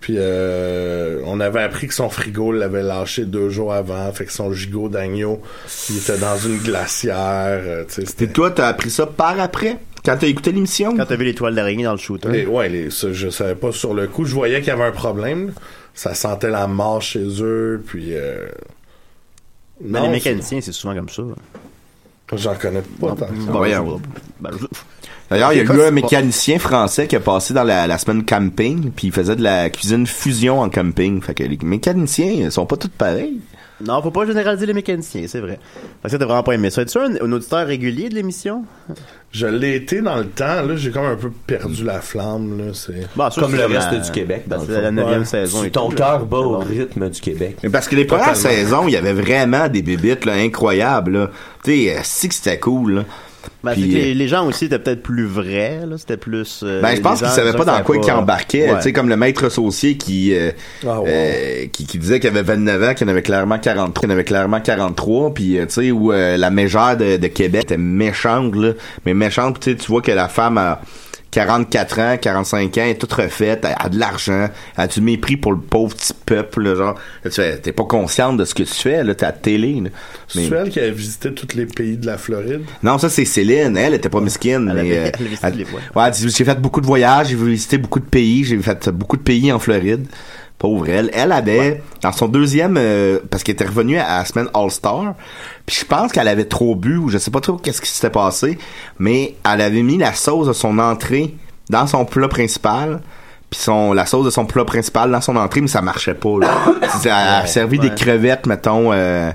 Speaker 5: Puis euh, on avait appris que son frigo l'avait lâché deux jours avant, fait que son gigot d'agneau, il était dans une glacière. euh, tu sais,
Speaker 2: Et
Speaker 5: c'était-
Speaker 2: toi, t'as appris ça par après, quand t'as écouté l'émission?
Speaker 1: Quand t'as vu l'étoile d'araignée dans le shooter.
Speaker 5: Les- ouais, les, ça, je savais pas sur le coup. Je voyais qu'il y avait un problème. Ça sentait la mort chez eux, puis... euh,
Speaker 1: Mais
Speaker 5: non,
Speaker 1: les mécaniciens, c'est souvent comme ça.
Speaker 5: J'en connais pas tant que ça.
Speaker 2: Ah bah, voyons.
Speaker 1: Ben, je-
Speaker 2: D'ailleurs, il y a
Speaker 1: Écosse,
Speaker 2: eu un
Speaker 1: c'est pas-
Speaker 2: mécanicien français qui a passé dans la, la semaine camping, puis il faisait de la cuisine fusion en camping. Fait que les mécaniciens, ils sont pas tous pareils.
Speaker 1: Non, faut pas généraliser les mécaniciens, c'est vrai. Fait que ça, t'as vraiment pas aimé ça. Es-tu un, un auditeur régulier de l'émission?
Speaker 5: Je l'ai été dans le temps, là, j'ai comme un peu
Speaker 2: Mm.
Speaker 5: perdu la flamme, là, c'est...
Speaker 1: Bon, ça,
Speaker 4: Comme
Speaker 1: Bah, c'est
Speaker 4: le
Speaker 1: la-
Speaker 4: reste du Québec, dans
Speaker 1: C'est
Speaker 4: le fond.
Speaker 1: la 9
Speaker 5: Ouais.
Speaker 1: saison. et
Speaker 4: Ton
Speaker 1: tout,
Speaker 4: cœur
Speaker 1: là.
Speaker 4: bat au
Speaker 1: C'est bon.
Speaker 4: rythme du Québec.
Speaker 2: Mais Parce que les premières
Speaker 5: Totalement.
Speaker 2: saisons, il y avait vraiment des bébites là, incroyables. là. Tu sais, euh, si que c'était cool. là.
Speaker 1: Ben, c'est
Speaker 2: Puis,
Speaker 1: que
Speaker 2: euh,
Speaker 1: les, les gens aussi étaient peut-être plus vrais, là. C'était plus. euh,
Speaker 2: Ben, je
Speaker 1: les
Speaker 2: pense
Speaker 1: gens
Speaker 2: qu'ils savaient
Speaker 1: disaient
Speaker 2: pas
Speaker 1: que
Speaker 2: dans
Speaker 1: ça
Speaker 2: quoi ils
Speaker 1: pas-
Speaker 2: embarquaient.
Speaker 1: Ouais.
Speaker 2: Tu sais, comme le maître saucier qui, euh,
Speaker 5: Ah, wow.
Speaker 2: euh, qui, qui disait qu'il avait 29 ans, qu'il en avait clairement 43, qu'il en avait clairement 43, puis euh, tu sais, où euh, la mégère de, de Québec était méchante, là. Mais méchante, tu sais, tu vois que la femme a 44 ans, 45 ans, elle est toute refaite, elle a de l'argent, elle a du mépris pour le pauvre petit peuple, là, genre. Là, tu fais, t'es pas consciente de ce que tu fais, là, t'es à la télé, là. Mais-
Speaker 5: C'est elle qui avait visité tous les pays de la Floride.
Speaker 2: non, ça c'est Céline. Elle était pas mesquine.
Speaker 1: Elle
Speaker 2: mais,
Speaker 1: avait-
Speaker 2: euh,
Speaker 1: elle visitait les voies.
Speaker 2: ouais, elle dit, j'ai fait beaucoup de voyages, j'ai visité beaucoup de pays, j'ai fait beaucoup de pays en Floride. Pauvre elle. Elle avait, dans son deuxième, euh, parce qu'elle était revenue à la semaine All-Star, puis je pense qu'elle avait trop bu, ou je sais pas trop qu'est-ce qui s'était passé, mais elle avait mis la sauce de son entrée dans son plat principal, puis son, la sauce de son plat principal dans son entrée, mais ça marchait pas. Là. elle a servi des crevettes, mettons... euh,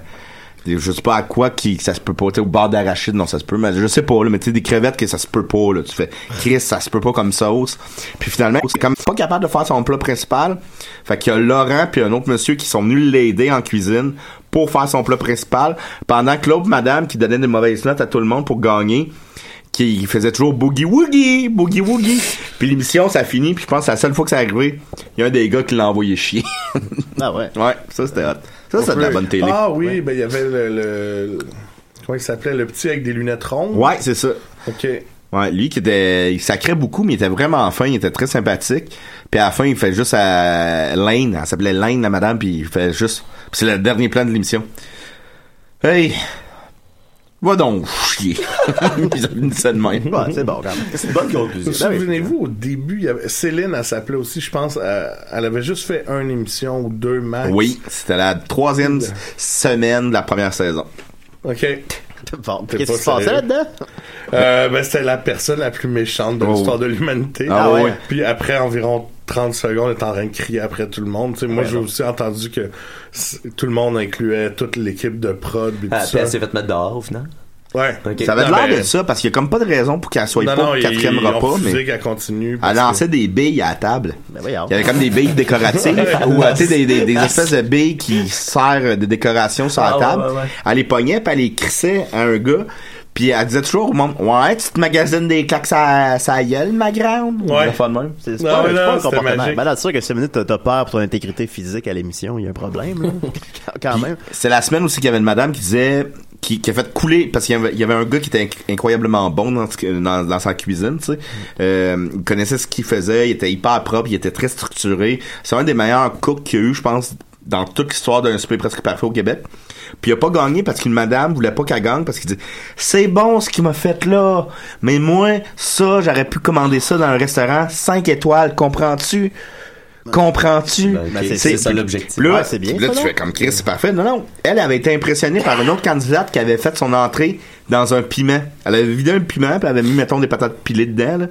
Speaker 2: des- je sais pas à quoi qui que ça se peut pas tu sais, au bar d'arachide non ça se peut mais je sais pas là mais tu sais des crevettes que ça se peut pas là tu fais Chris ça se peut pas comme sauce puis finalement c'est comme pas capable de faire son plat principal fait qu'il y a Laurent puis un autre monsieur qui sont venus l'aider en cuisine pour faire son plat principal pendant que l'autre madame qui donnait des mauvaises notes à tout le monde pour gagner qui faisait toujours boogie woogie boogie woogie puis l'émission ça finit puis je pense que c'est la seule fois que ça arrivé il y a un des gars qui l'a envoyé chier
Speaker 1: Ah ouais.
Speaker 2: ouais ça c'était hot ça c'était de la bonne télé
Speaker 5: Ah oui, ben il y avait le... le- Comment il s'appelait? Le petit avec des lunettes rondes?
Speaker 2: ouais c'est ça
Speaker 5: OK.
Speaker 2: Ouais, lui qui était, il sacrait beaucoup, mais il était vraiment fin, il était très sympathique. Puis à la fin, il fait juste à Lane, elle s'appelait Lane la madame, puis il fait juste, puis c'est le dernier plan de l'émission. Hey, va donc chier. Ils ont mis ça de même.
Speaker 1: Ouais, c'est bon, quand même.
Speaker 4: C'est une bonne conclusion.
Speaker 5: Souvenez-vous, au début, il y avait... Céline, elle s'appelait aussi, je pense, elle... elle avait juste fait une émission ou deux max.
Speaker 2: Oui, c'était la troisième semaine de la première saison.
Speaker 5: OK.
Speaker 1: Bon,
Speaker 5: T'es
Speaker 1: qu'est-ce
Speaker 5: pas
Speaker 1: qui se passait
Speaker 5: sérieux.
Speaker 1: là-dedans?
Speaker 5: Euh, ben, c'était la personne la plus méchante de
Speaker 2: Oh.
Speaker 5: l'histoire de l'humanité.
Speaker 2: Ah ouais.
Speaker 5: Puis après environ 30 secondes, elle est en train de crier après tout le monde. Tu sais, moi, j'ai aussi entendu que c- tout le monde incluait toute l'équipe de prod et tout
Speaker 4: Ah, puis
Speaker 5: ça.
Speaker 4: elle s'est fait mettre dehors au final.
Speaker 5: Ouais.
Speaker 4: Ok.
Speaker 2: Ça avait
Speaker 5: Non,
Speaker 2: l'air
Speaker 5: mais-
Speaker 2: de ça, parce qu'il y a comme pas de raison pour qu'elle soit
Speaker 5: Non,
Speaker 2: pas
Speaker 5: non,
Speaker 2: au
Speaker 5: ils-
Speaker 2: quatrième
Speaker 5: ils ont
Speaker 2: repas,
Speaker 5: refusé
Speaker 2: mais
Speaker 5: qu'elle continue.
Speaker 2: elle
Speaker 5: parce que-
Speaker 2: lançait des billes à la table.
Speaker 1: Ben voyons.
Speaker 2: Il y avait comme des billes décoratives ou euh, tu sais des, des, des espèces de billes qui servent de décoration sur la
Speaker 4: Ah, ouais,
Speaker 2: table.
Speaker 4: ouais, ouais.
Speaker 2: Elle les pognait puis elle les crissait à un gars. Puis elle disait toujours au monde Ouais, tu te magasines des claques sa, sa gueule, ma grande Ou
Speaker 5: Ouais.
Speaker 2: une fois de même.
Speaker 1: C'est c'est pas,
Speaker 5: Non,
Speaker 1: c'est
Speaker 5: non,
Speaker 1: pas un
Speaker 5: c'était
Speaker 1: comportement.
Speaker 5: magique.
Speaker 1: Ben là, c'est sûr que si minutes t'as t'as peur pour ton intégrité physique à l'émission, il y a un problème, là. Quand- quand même.
Speaker 2: C'est la semaine aussi qu'il y avait une madame qui disait qui, qui a fait couler parce qu'il y avait, il y avait un gars qui était inc- incroyablement bon dans, ce que- dans, dans sa cuisine, tu sais. Euh, il connaissait ce qu'il faisait, il était hyper propre, il était très structuré. C'est un des meilleurs cooks qu'il y a eu, je pense, dans toute l'histoire d'un souper presque parfait au Québec. Puis il a pas gagné parce qu'une madame voulait pas qu'elle gagne parce qu'il dit c'est bon ce qu'il m'a fait là, mais moi ça j'aurais pu commander ça dans un restaurant 5 étoles, comprends-tu? Comprends-tu?
Speaker 4: Ben, ok,
Speaker 1: c'est-
Speaker 4: c'est
Speaker 1: c'est-
Speaker 4: ça l'objectif.
Speaker 2: Puis Là,
Speaker 1: Ouais, Ah, c'est bien,
Speaker 2: puis Là,
Speaker 1: ça,
Speaker 2: tu
Speaker 1: non?
Speaker 2: fais comme Chris, c'est parfait. Non, non. Elle avait été impressionnée par une autre candidate qui avait fait son entrée dans un piment. Elle avait vidé un piment, puis elle avait mis, mettons, des patates pilées dedans, là.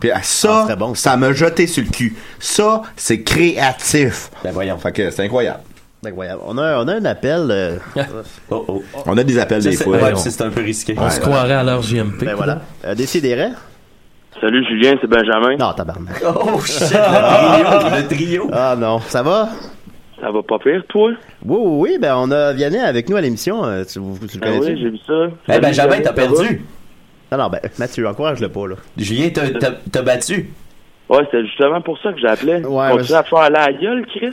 Speaker 2: Puis ah,
Speaker 1: Ah,
Speaker 2: ça,
Speaker 1: ce serait bon, ça.
Speaker 2: ça m'a jeté sur le cul. Ça, c'est créatif.
Speaker 4: Ben voyons.
Speaker 2: Fait que c'est incroyable.
Speaker 1: Incroyable. On a, on a un appel. euh,
Speaker 4: Oh, oh.
Speaker 2: On a des appels
Speaker 4: Ça,
Speaker 2: des
Speaker 4: c'est-
Speaker 2: fois.
Speaker 4: ouais,
Speaker 3: on-
Speaker 4: puis c'est un peu risqué.
Speaker 3: On se croirait à leur JMP.
Speaker 1: ben voilà. Euh, Décidérez.
Speaker 6: Salut Julien, c'est Benjamin.
Speaker 1: Non, tabarnak.
Speaker 4: Oh shit, le trio, le trio.
Speaker 1: Ah non, ça va?
Speaker 6: Ça va pas pire, toi?
Speaker 1: Oui, oui, oui, ben on a Vianney avec nous à l'émission. euh, Tu, vous- tu le
Speaker 6: Ben
Speaker 1: connais-tu?
Speaker 6: oui, j'ai vu ça.
Speaker 4: Eh
Speaker 6: Salut,
Speaker 4: Benjamin,
Speaker 6: Julien,
Speaker 4: t'as
Speaker 6: ça va?
Speaker 4: perdu.
Speaker 1: non, non, ben Mathieu, encourage-le pas, là.
Speaker 4: Julien, t'as- t'as t'as battu.
Speaker 6: Ouais, c'était justement pour ça que j'appelais.
Speaker 1: Ouais,
Speaker 6: On
Speaker 1: mais
Speaker 6: tu à te faire la gueule, Chris?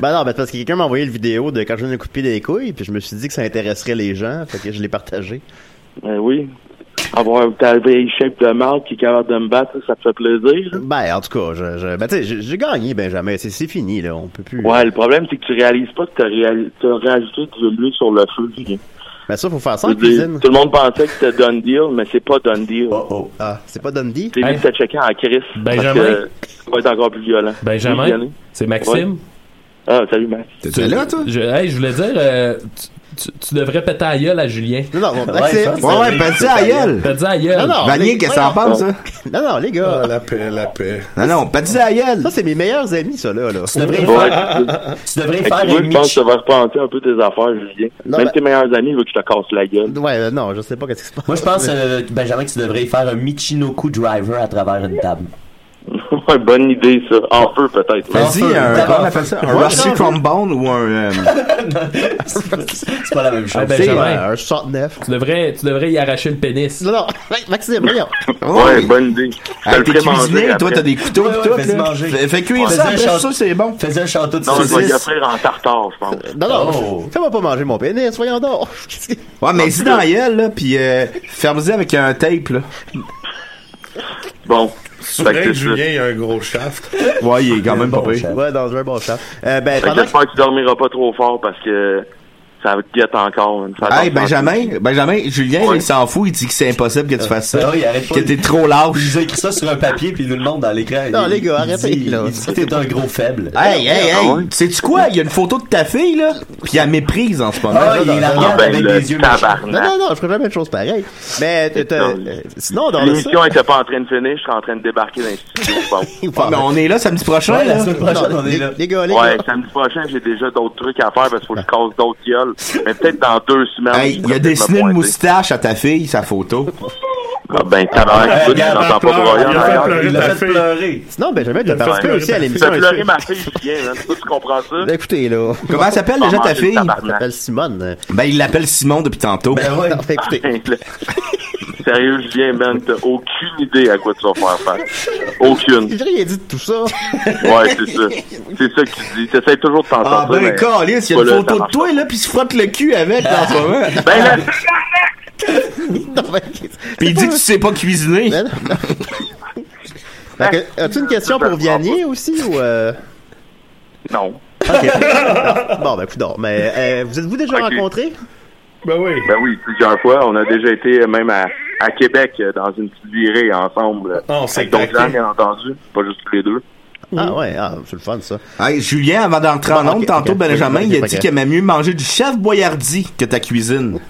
Speaker 1: Ben non, ben c'est parce que quelqu'un m'a envoyé le vidéo de quand je donne un coup de pied dans les couilles, puis je me suis dit que ça intéresserait les gens, fait que je l'ai partagé.
Speaker 6: Ben oui. Avoir ta vieille shape de marde qui est capable de me battre, ça me fait plaisir.
Speaker 1: Ben, en tout cas, je, je- ben, tu sais, j'ai j'ai gagné, Benjamin. C'est- C'est fini, là. On peut plus.
Speaker 6: Ouais, le problème, c'est que tu réalises pas que t'as réal- t'as rajouté de l'huile sur le feu, Julien.
Speaker 1: Ben, ça, faut faire ça
Speaker 6: Je
Speaker 1: en
Speaker 6: veux dire,
Speaker 1: cuisine.
Speaker 6: Tout le monde pensait que c'était done deal, mais c'est pas done deal.
Speaker 4: Oh Hein? oh.
Speaker 1: Ah, c'est pas Dundee?
Speaker 6: T'es
Speaker 3: Hey.
Speaker 6: mis de te checker en Chris.
Speaker 3: Benjamin?
Speaker 6: Parce que ça va être encore plus violent. Oui,
Speaker 3: Benjamin,
Speaker 6: Vianney.
Speaker 3: c'est Maxime.
Speaker 6: Ah, salut, Max.
Speaker 2: T'étais là, toi?
Speaker 3: Je, hey, je voulais dire, euh, tu-
Speaker 7: tu, tu devrais péter à gueule à Julien.
Speaker 1: Non, non, bon,
Speaker 4: Ouais,
Speaker 1: c'est-
Speaker 4: ça,
Speaker 2: Ouais, ouais, ben dis à gueule.
Speaker 7: T'as dit à gueule.
Speaker 1: Non, non.
Speaker 2: Vanier, qu'est-ce que t'en penses, ça? hein?
Speaker 1: Non, non, les gars.
Speaker 5: Ah, la paix, la paix.
Speaker 2: Non, non, pas dis à gueule.
Speaker 1: Ça, c'est mes meilleurs amis, ça, là. là.
Speaker 4: Tu devrais
Speaker 6: Ouais,
Speaker 4: faire, tu devrais
Speaker 6: Fait que
Speaker 4: faire
Speaker 6: tu vois,
Speaker 4: un
Speaker 6: je pense
Speaker 4: Michi-
Speaker 6: que tu vas repenser un peu tes affaires, Julien.
Speaker 1: Non,
Speaker 6: Même
Speaker 1: ben-
Speaker 6: tes meilleurs amis veulent que je te casse la gueule.
Speaker 1: Ouais, euh, non, je sais pas qu'est-ce qui se passe.
Speaker 4: Moi, je pense, euh, Benjamin, que tu devrais faire un Michinoku driver à travers une table.
Speaker 6: Ouais, bonne idée, ça. En feu, peut-être. ouais.
Speaker 2: Vas-y, un, comment on appelle ça? Un Rusty Trombone ou un, euh,
Speaker 4: C'est pas la même chose.
Speaker 7: Ouais,
Speaker 1: C'est euh,
Speaker 7: Benjamin,
Speaker 1: un 69.
Speaker 7: tu devrais, tu devrais y arracher le pénis.
Speaker 1: Non, non, Maxime, voyons.
Speaker 6: Ouais, bonne idée. Je
Speaker 2: hey,
Speaker 6: te
Speaker 2: Ah,
Speaker 6: le
Speaker 2: t'es
Speaker 6: ferai manger.
Speaker 2: cuisinier, toi,
Speaker 6: après.
Speaker 2: t'as des couteaux
Speaker 4: Ouais,
Speaker 2: pis
Speaker 4: ouais, fais-y
Speaker 2: tout, là.
Speaker 4: manger.
Speaker 2: Fais, fais cuire
Speaker 4: Fais-y
Speaker 2: ça,
Speaker 4: un
Speaker 2: après
Speaker 4: chant-
Speaker 2: ça, c'est bon.
Speaker 4: Faisais un château de
Speaker 6: Non, je vais y
Speaker 4: saucisses.
Speaker 6: offrir en tartare, je pense.
Speaker 1: Non, non,
Speaker 4: Oh.
Speaker 1: fais-moi pas manger mon pénis, voyons donc. Qu'est-ce que-
Speaker 2: Ouais, mais dis dans la gueule, là, pis euh, ferme-y avec un tape, là.
Speaker 6: Bon.
Speaker 5: C'est
Speaker 6: Fait
Speaker 5: vrai
Speaker 6: que
Speaker 5: que
Speaker 6: c'est ça.
Speaker 5: Julien, il a un gros shaft.
Speaker 2: Ouais, il est quand même pas
Speaker 4: Euh, Bon
Speaker 2: pire.
Speaker 4: chef.
Speaker 1: Ouais, dans un bon chat. Euh, ben,
Speaker 6: Fait que
Speaker 1: pendant que...
Speaker 6: j'espère que tu dormiras pas trop fort parce que ça te guette encore. man. Fais
Speaker 2: Hey,
Speaker 6: attention.
Speaker 2: Benjamin, Benjamin, Julien,
Speaker 6: Ouais.
Speaker 2: il s'en fout, il dit que c'est impossible que tu fasses ça.
Speaker 4: Euh, Non, il arrête pas.
Speaker 2: que t'es trop
Speaker 4: Il
Speaker 2: lâche.
Speaker 4: nous a écrit ça sur un papier puis il nous le montre dans l'écran.
Speaker 1: Non,
Speaker 4: Il-
Speaker 1: les gars,
Speaker 4: il
Speaker 1: arrêtez,
Speaker 4: dit-
Speaker 1: là.
Speaker 4: Il dit que t'es un gros faible.
Speaker 2: Hey, hey,
Speaker 6: Ah
Speaker 2: hey,
Speaker 6: ouais?
Speaker 2: sais-tu quoi? Il y a une photo de ta fille, là, pis elle méprise en ce moment.
Speaker 4: Ah, il la
Speaker 6: Ah
Speaker 4: regarde
Speaker 6: ben
Speaker 4: avec des
Speaker 6: le
Speaker 4: yeux méchants.
Speaker 1: Non,
Speaker 6: tabarnak.
Speaker 1: non, non, je ferai jamais de choses pareilles. Mais, t'as- t'as-
Speaker 6: Non.
Speaker 1: euh, sinon, dans le...
Speaker 6: L'émission était pas en train de finir, je suis en train de débarquer dans le studio. Bon.
Speaker 2: Ah, mais on est là samedi prochain,
Speaker 4: Ouais, la
Speaker 2: là.
Speaker 4: semaine
Speaker 1: Non,
Speaker 4: prochaine, on
Speaker 1: les,
Speaker 4: est là.
Speaker 1: les gars, les
Speaker 6: Ouais,
Speaker 1: gars.
Speaker 6: samedi prochain, j'ai déjà d'autres trucs à faire parce qu'il faut que je casse d'autres gueules. Mais peut-être dans deux semaines.
Speaker 2: Hey,
Speaker 6: je
Speaker 2: il
Speaker 6: pourrais
Speaker 2: a
Speaker 6: peut-être me
Speaker 2: dessiné une
Speaker 6: pointer.
Speaker 2: moustache à ta fille, sa photo.
Speaker 6: Ah ben, tabarnak, écoute, je t'entends pas pour rien.
Speaker 5: Euh, Il a fait
Speaker 6: d'ailleurs.
Speaker 5: pleurer
Speaker 4: Il l'a
Speaker 5: ta
Speaker 4: fait
Speaker 5: fille.
Speaker 4: pleurer.
Speaker 1: Sinon, Benjamin, t'as participé
Speaker 5: pleurer
Speaker 1: aussi à
Speaker 5: ma-
Speaker 6: Il
Speaker 1: l'émission. euh, Ben,
Speaker 6: fait pleurer ma fille, Julien, man. hein, Toi, tu comprends ça?
Speaker 1: Écoutez, là, elle
Speaker 2: Comment elle s'appelle
Speaker 6: Ah,
Speaker 2: déjà ta
Speaker 6: manger le
Speaker 2: fille?
Speaker 6: tabarnak.
Speaker 1: s'appelle Simone.
Speaker 2: Ben, il l'appelle Simon depuis tantôt.
Speaker 4: Ben ouais.
Speaker 1: Non, mais écoutez,
Speaker 6: Sérieux, Julien, man, t'as aucune idée à quoi tu vas faire face. Aucune.
Speaker 1: j'ai rien dit de tout ça.
Speaker 6: Ouais, c'est ça. C'est ça que tu dis. T'essayes toujours de t'entendre.
Speaker 2: Ah ben, calice, il y a une
Speaker 6: Voilà, ça
Speaker 2: photo de
Speaker 6: marche
Speaker 2: toi, là, pis il se frotte le cul avec, là, en ce moment.
Speaker 6: Ben là,
Speaker 1: Non, ben, mais-
Speaker 2: Pis il dit que tu sais pas cuisiner.
Speaker 1: Ben, non. Fait
Speaker 6: Ah.
Speaker 1: que, As-tu une question pour Vianney aussi ou euh...
Speaker 6: non.
Speaker 1: Bon ben coudonc, mais euh, vous êtes-vous déjà
Speaker 6: Ok.
Speaker 1: rencontrés?
Speaker 5: Ben oui.
Speaker 6: Ben oui, plusieurs fois. On a déjà été euh, même à, à Québec euh, dans une petite virée ensemble.
Speaker 5: Ah, on s'est
Speaker 6: Avec d'autres
Speaker 5: claqué.
Speaker 6: gens, bien entendu. Pas juste tous les deux.
Speaker 1: Ah ouais, ah, c'est le fun ça.
Speaker 2: Hey, Julien, avant d'entrer
Speaker 1: Bon,
Speaker 2: en
Speaker 1: Ah, ok,
Speaker 2: onde, tantôt,
Speaker 1: ok,
Speaker 2: Benjamin,
Speaker 1: ok,
Speaker 2: il a
Speaker 1: ok,
Speaker 2: dit
Speaker 1: ok.
Speaker 2: qu'il aimait mieux manger du chef boyardi que ta cuisine.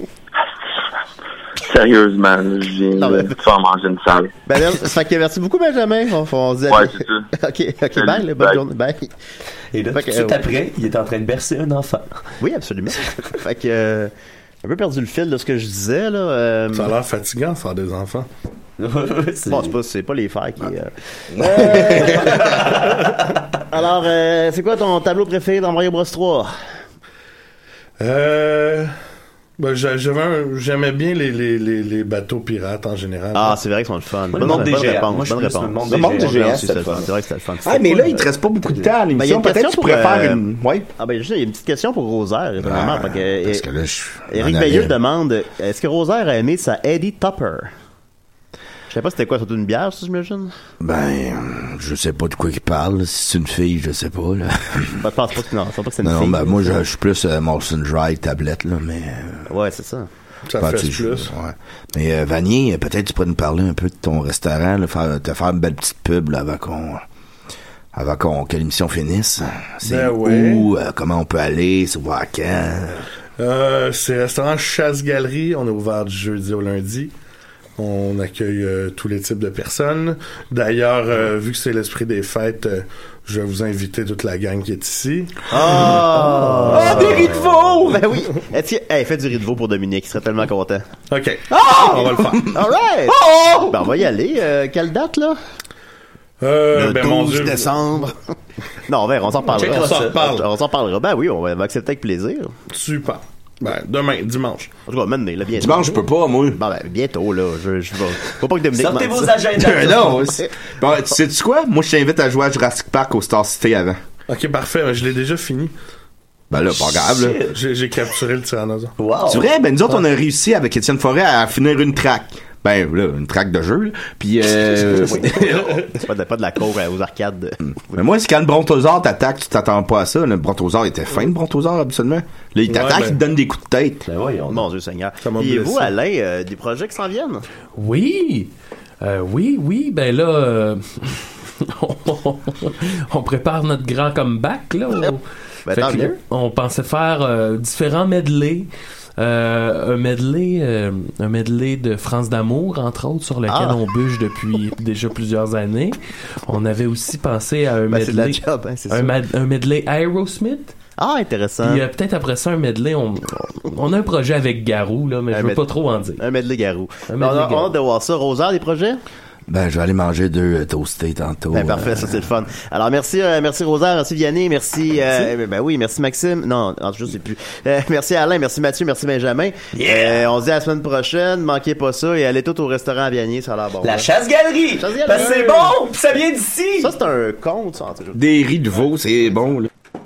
Speaker 6: Sérieusement, Julien,
Speaker 1: Non,
Speaker 6: là,
Speaker 1: mais-
Speaker 6: tu vas en manger une salle.
Speaker 1: Ben, merci- fait que merci beaucoup Benjamin. On, on se dit à-
Speaker 6: Ouais, c'est ça.
Speaker 1: Ok, ok,
Speaker 6: Salut,
Speaker 1: bye, là, bonne
Speaker 6: bye.
Speaker 1: journée. Bye.
Speaker 4: Et là,
Speaker 1: Fait
Speaker 4: tout
Speaker 1: que,
Speaker 4: de suite
Speaker 1: euh,
Speaker 4: après, il est en train de bercer un enfant.
Speaker 1: Oui, absolument. fait que euh, un peu perdu le fil de ce que je disais là. euh,
Speaker 5: Ça a l'air fatigant, ça, des enfants.
Speaker 4: C'est-
Speaker 1: Bon, c'est pas, c'est pas les fers qui. euh,
Speaker 2: Ah.
Speaker 1: Alors, euh, c'est quoi ton tableau préféré dans Mario Bros 3?
Speaker 5: Euh... Ben, j'a- j'avais un- j'aimais bien les, les, les, les bateaux pirates en général.
Speaker 1: Ah, c'est vrai que c'est le fun.
Speaker 4: le monde des géants.
Speaker 1: réponse.
Speaker 4: Moi, je
Speaker 1: bonne
Speaker 4: suis plus
Speaker 1: réponse.
Speaker 4: le monde
Speaker 2: des Le monde géants. des géants,
Speaker 1: Merci,
Speaker 2: c'était
Speaker 1: c'est
Speaker 2: le fun.
Speaker 1: C'est vrai que c'était le fun.
Speaker 2: Ah, mais là, il te reste pas beaucoup de temps à
Speaker 1: Ben, il y a
Speaker 2: l'émission.
Speaker 1: une
Speaker 2: Peut-être
Speaker 1: question
Speaker 2: que tu
Speaker 1: pour,
Speaker 2: pourrais faire
Speaker 1: euh,
Speaker 2: une. Ouais.
Speaker 1: Ah, ben, je sais, il y a une petite question pour Rosaire, vraiment. parce que,
Speaker 2: Ah, parce
Speaker 1: euh,
Speaker 2: que là, je suis
Speaker 1: Éric
Speaker 2: en
Speaker 1: Bayeux
Speaker 2: arrière.
Speaker 1: demande est-ce que Rosaire a aimé sa Eddie Topper Je sais pas c'était quoi, surtout une bière, ça, j'imagine
Speaker 2: Ben, je sais pas de quoi il parle. Si c'est une fille, je sais pas, là.
Speaker 1: Ben, je pense pas que, non, je pense pas que c'est une
Speaker 2: Non,
Speaker 1: fille.
Speaker 2: ben, moi, je je suis plus euh, Molson Dry, tablette, là, mais. euh,
Speaker 1: Ouais, c'est ça.
Speaker 5: ça
Speaker 2: pas,
Speaker 5: fait
Speaker 2: ben, tu sais, je-
Speaker 5: plus.
Speaker 2: ouais. Mais, euh, Vanier, euh, peut-être tu pourrais nous parler un peu de ton restaurant, là, faire, te faire une belle petite pub, là, avant qu'on. Avant qu'on, que l'émission finisse. C'est
Speaker 5: Ben ouais.
Speaker 2: où, euh, comment on peut aller, c'est voir quand.
Speaker 5: Euh, c'est restaurant Chasse Galerie. On est ouvert du jeudi au lundi. On accueille euh, tous les types de personnes. D'ailleurs, euh, vu que c'est l'esprit des fêtes, euh, je vais vous inviter toute la gang qui est ici.
Speaker 1: Oh
Speaker 2: Ah, des riz de veau!
Speaker 1: Ben oui Est-ce que- Hey, fais du riz de veau pour Dominique, il serait tellement content.
Speaker 5: OK. On va le faire.
Speaker 1: Alright
Speaker 2: Oh!
Speaker 1: Ben, on va y aller. Euh, quelle date, là
Speaker 5: Euh,
Speaker 1: Le
Speaker 5: ben, mon
Speaker 1: 12
Speaker 5: Dieu.
Speaker 1: décembre. non, on verra, on s'en parlera.
Speaker 5: On s'en reparle.
Speaker 1: On s'en parlera. Ben oui, on va accepter avec plaisir.
Speaker 5: Super. Ben, demain, dimanche.
Speaker 1: En tout cas, maintenant, là, bientôt.
Speaker 2: Dimanche, je peux pas, moi.
Speaker 1: Bon, ben, bientôt, là. Je, je vais. Faut pas que Dominique
Speaker 4: Sortez
Speaker 1: mente
Speaker 4: vos
Speaker 1: ça.
Speaker 4: agendas.
Speaker 2: Euh, non, c'est- bon, tu sais-tu quoi? Moi, je t'invite à jouer à Jurassic Park au Star City avant.
Speaker 5: OK, parfait. Ben, Je l'ai déjà fini.
Speaker 2: Ben là, pas grave, là.
Speaker 4: Shit.
Speaker 5: J'ai j'ai capturé le tyrannosaure.
Speaker 4: Wow.
Speaker 2: C'est vrai, ben nous autres, on a réussi avec Étienne Forêt à finir une traque. Ben là, une traque de jeu, là. Puis, euh,
Speaker 1: C'est Pas de, pas de la cour euh, aux arcades.
Speaker 2: Mais moi, c'est quand le brontosaure t'attaque, tu t'attends pas à ça. Le brontosaure était fin, le brontosaure, absolument. Là, il t'attaque,
Speaker 5: Ouais, ben-
Speaker 2: il te donne des coups de tête.
Speaker 4: Ben voyons.
Speaker 1: Mon Dieu Seigneur.
Speaker 5: m'a
Speaker 1: Et
Speaker 5: blessé.
Speaker 1: vous, Alain, euh, des projets qui s'en viennent?
Speaker 7: Oui, Euh, oui, oui, ben là, euh, on, on prépare notre grand comeback, là. au-
Speaker 1: Ben,
Speaker 3: Fait
Speaker 1: tant
Speaker 3: que
Speaker 1: mieux.
Speaker 3: On pensait faire euh, différents medley. Euh, un medley euh, un medley de France d'amour entre autres sur lequel
Speaker 1: Ah.
Speaker 3: on bûche depuis déjà plusieurs années on avait aussi pensé à un
Speaker 1: Ben, c'est de la
Speaker 3: medley
Speaker 1: job, hein, c'est
Speaker 3: un,
Speaker 1: ça.
Speaker 3: mad- un medley Aerosmith
Speaker 1: Ah, intéressant.
Speaker 3: puis euh, peut-être après ça un medley on, on a un projet avec Garou là mais
Speaker 1: Un
Speaker 3: je veux
Speaker 1: med-
Speaker 3: pas trop en dire
Speaker 1: Un medley garou.
Speaker 3: Un
Speaker 1: Ben,
Speaker 3: medley
Speaker 1: on a
Speaker 3: garou.
Speaker 1: hâte de voir ça. Rosa, des projets?
Speaker 2: Ben, je vais aller manger deux euh, toastés tantôt.
Speaker 1: Ben, parfait, ça c'est le fun. Alors merci, euh, merci Rosa, merci Vianney, merci, euh, ben, ben oui, merci Maxime. Non, en tout cas, je sais plus. Euh, merci Alain, merci Mathieu, merci Benjamin. Euh, on se dit à la semaine prochaine. Manquez pas ça et allez tout au restaurant à Vianney, ça a l'air bon.
Speaker 4: La
Speaker 1: hein.
Speaker 4: chasse-galerie!
Speaker 1: Chasse-galerie.
Speaker 4: Parce que c'est bon, pis ça vient d'ici!
Speaker 1: Ça c'est un conte, ça. En tout cas.
Speaker 2: Des riz de veau, c'est bon, là.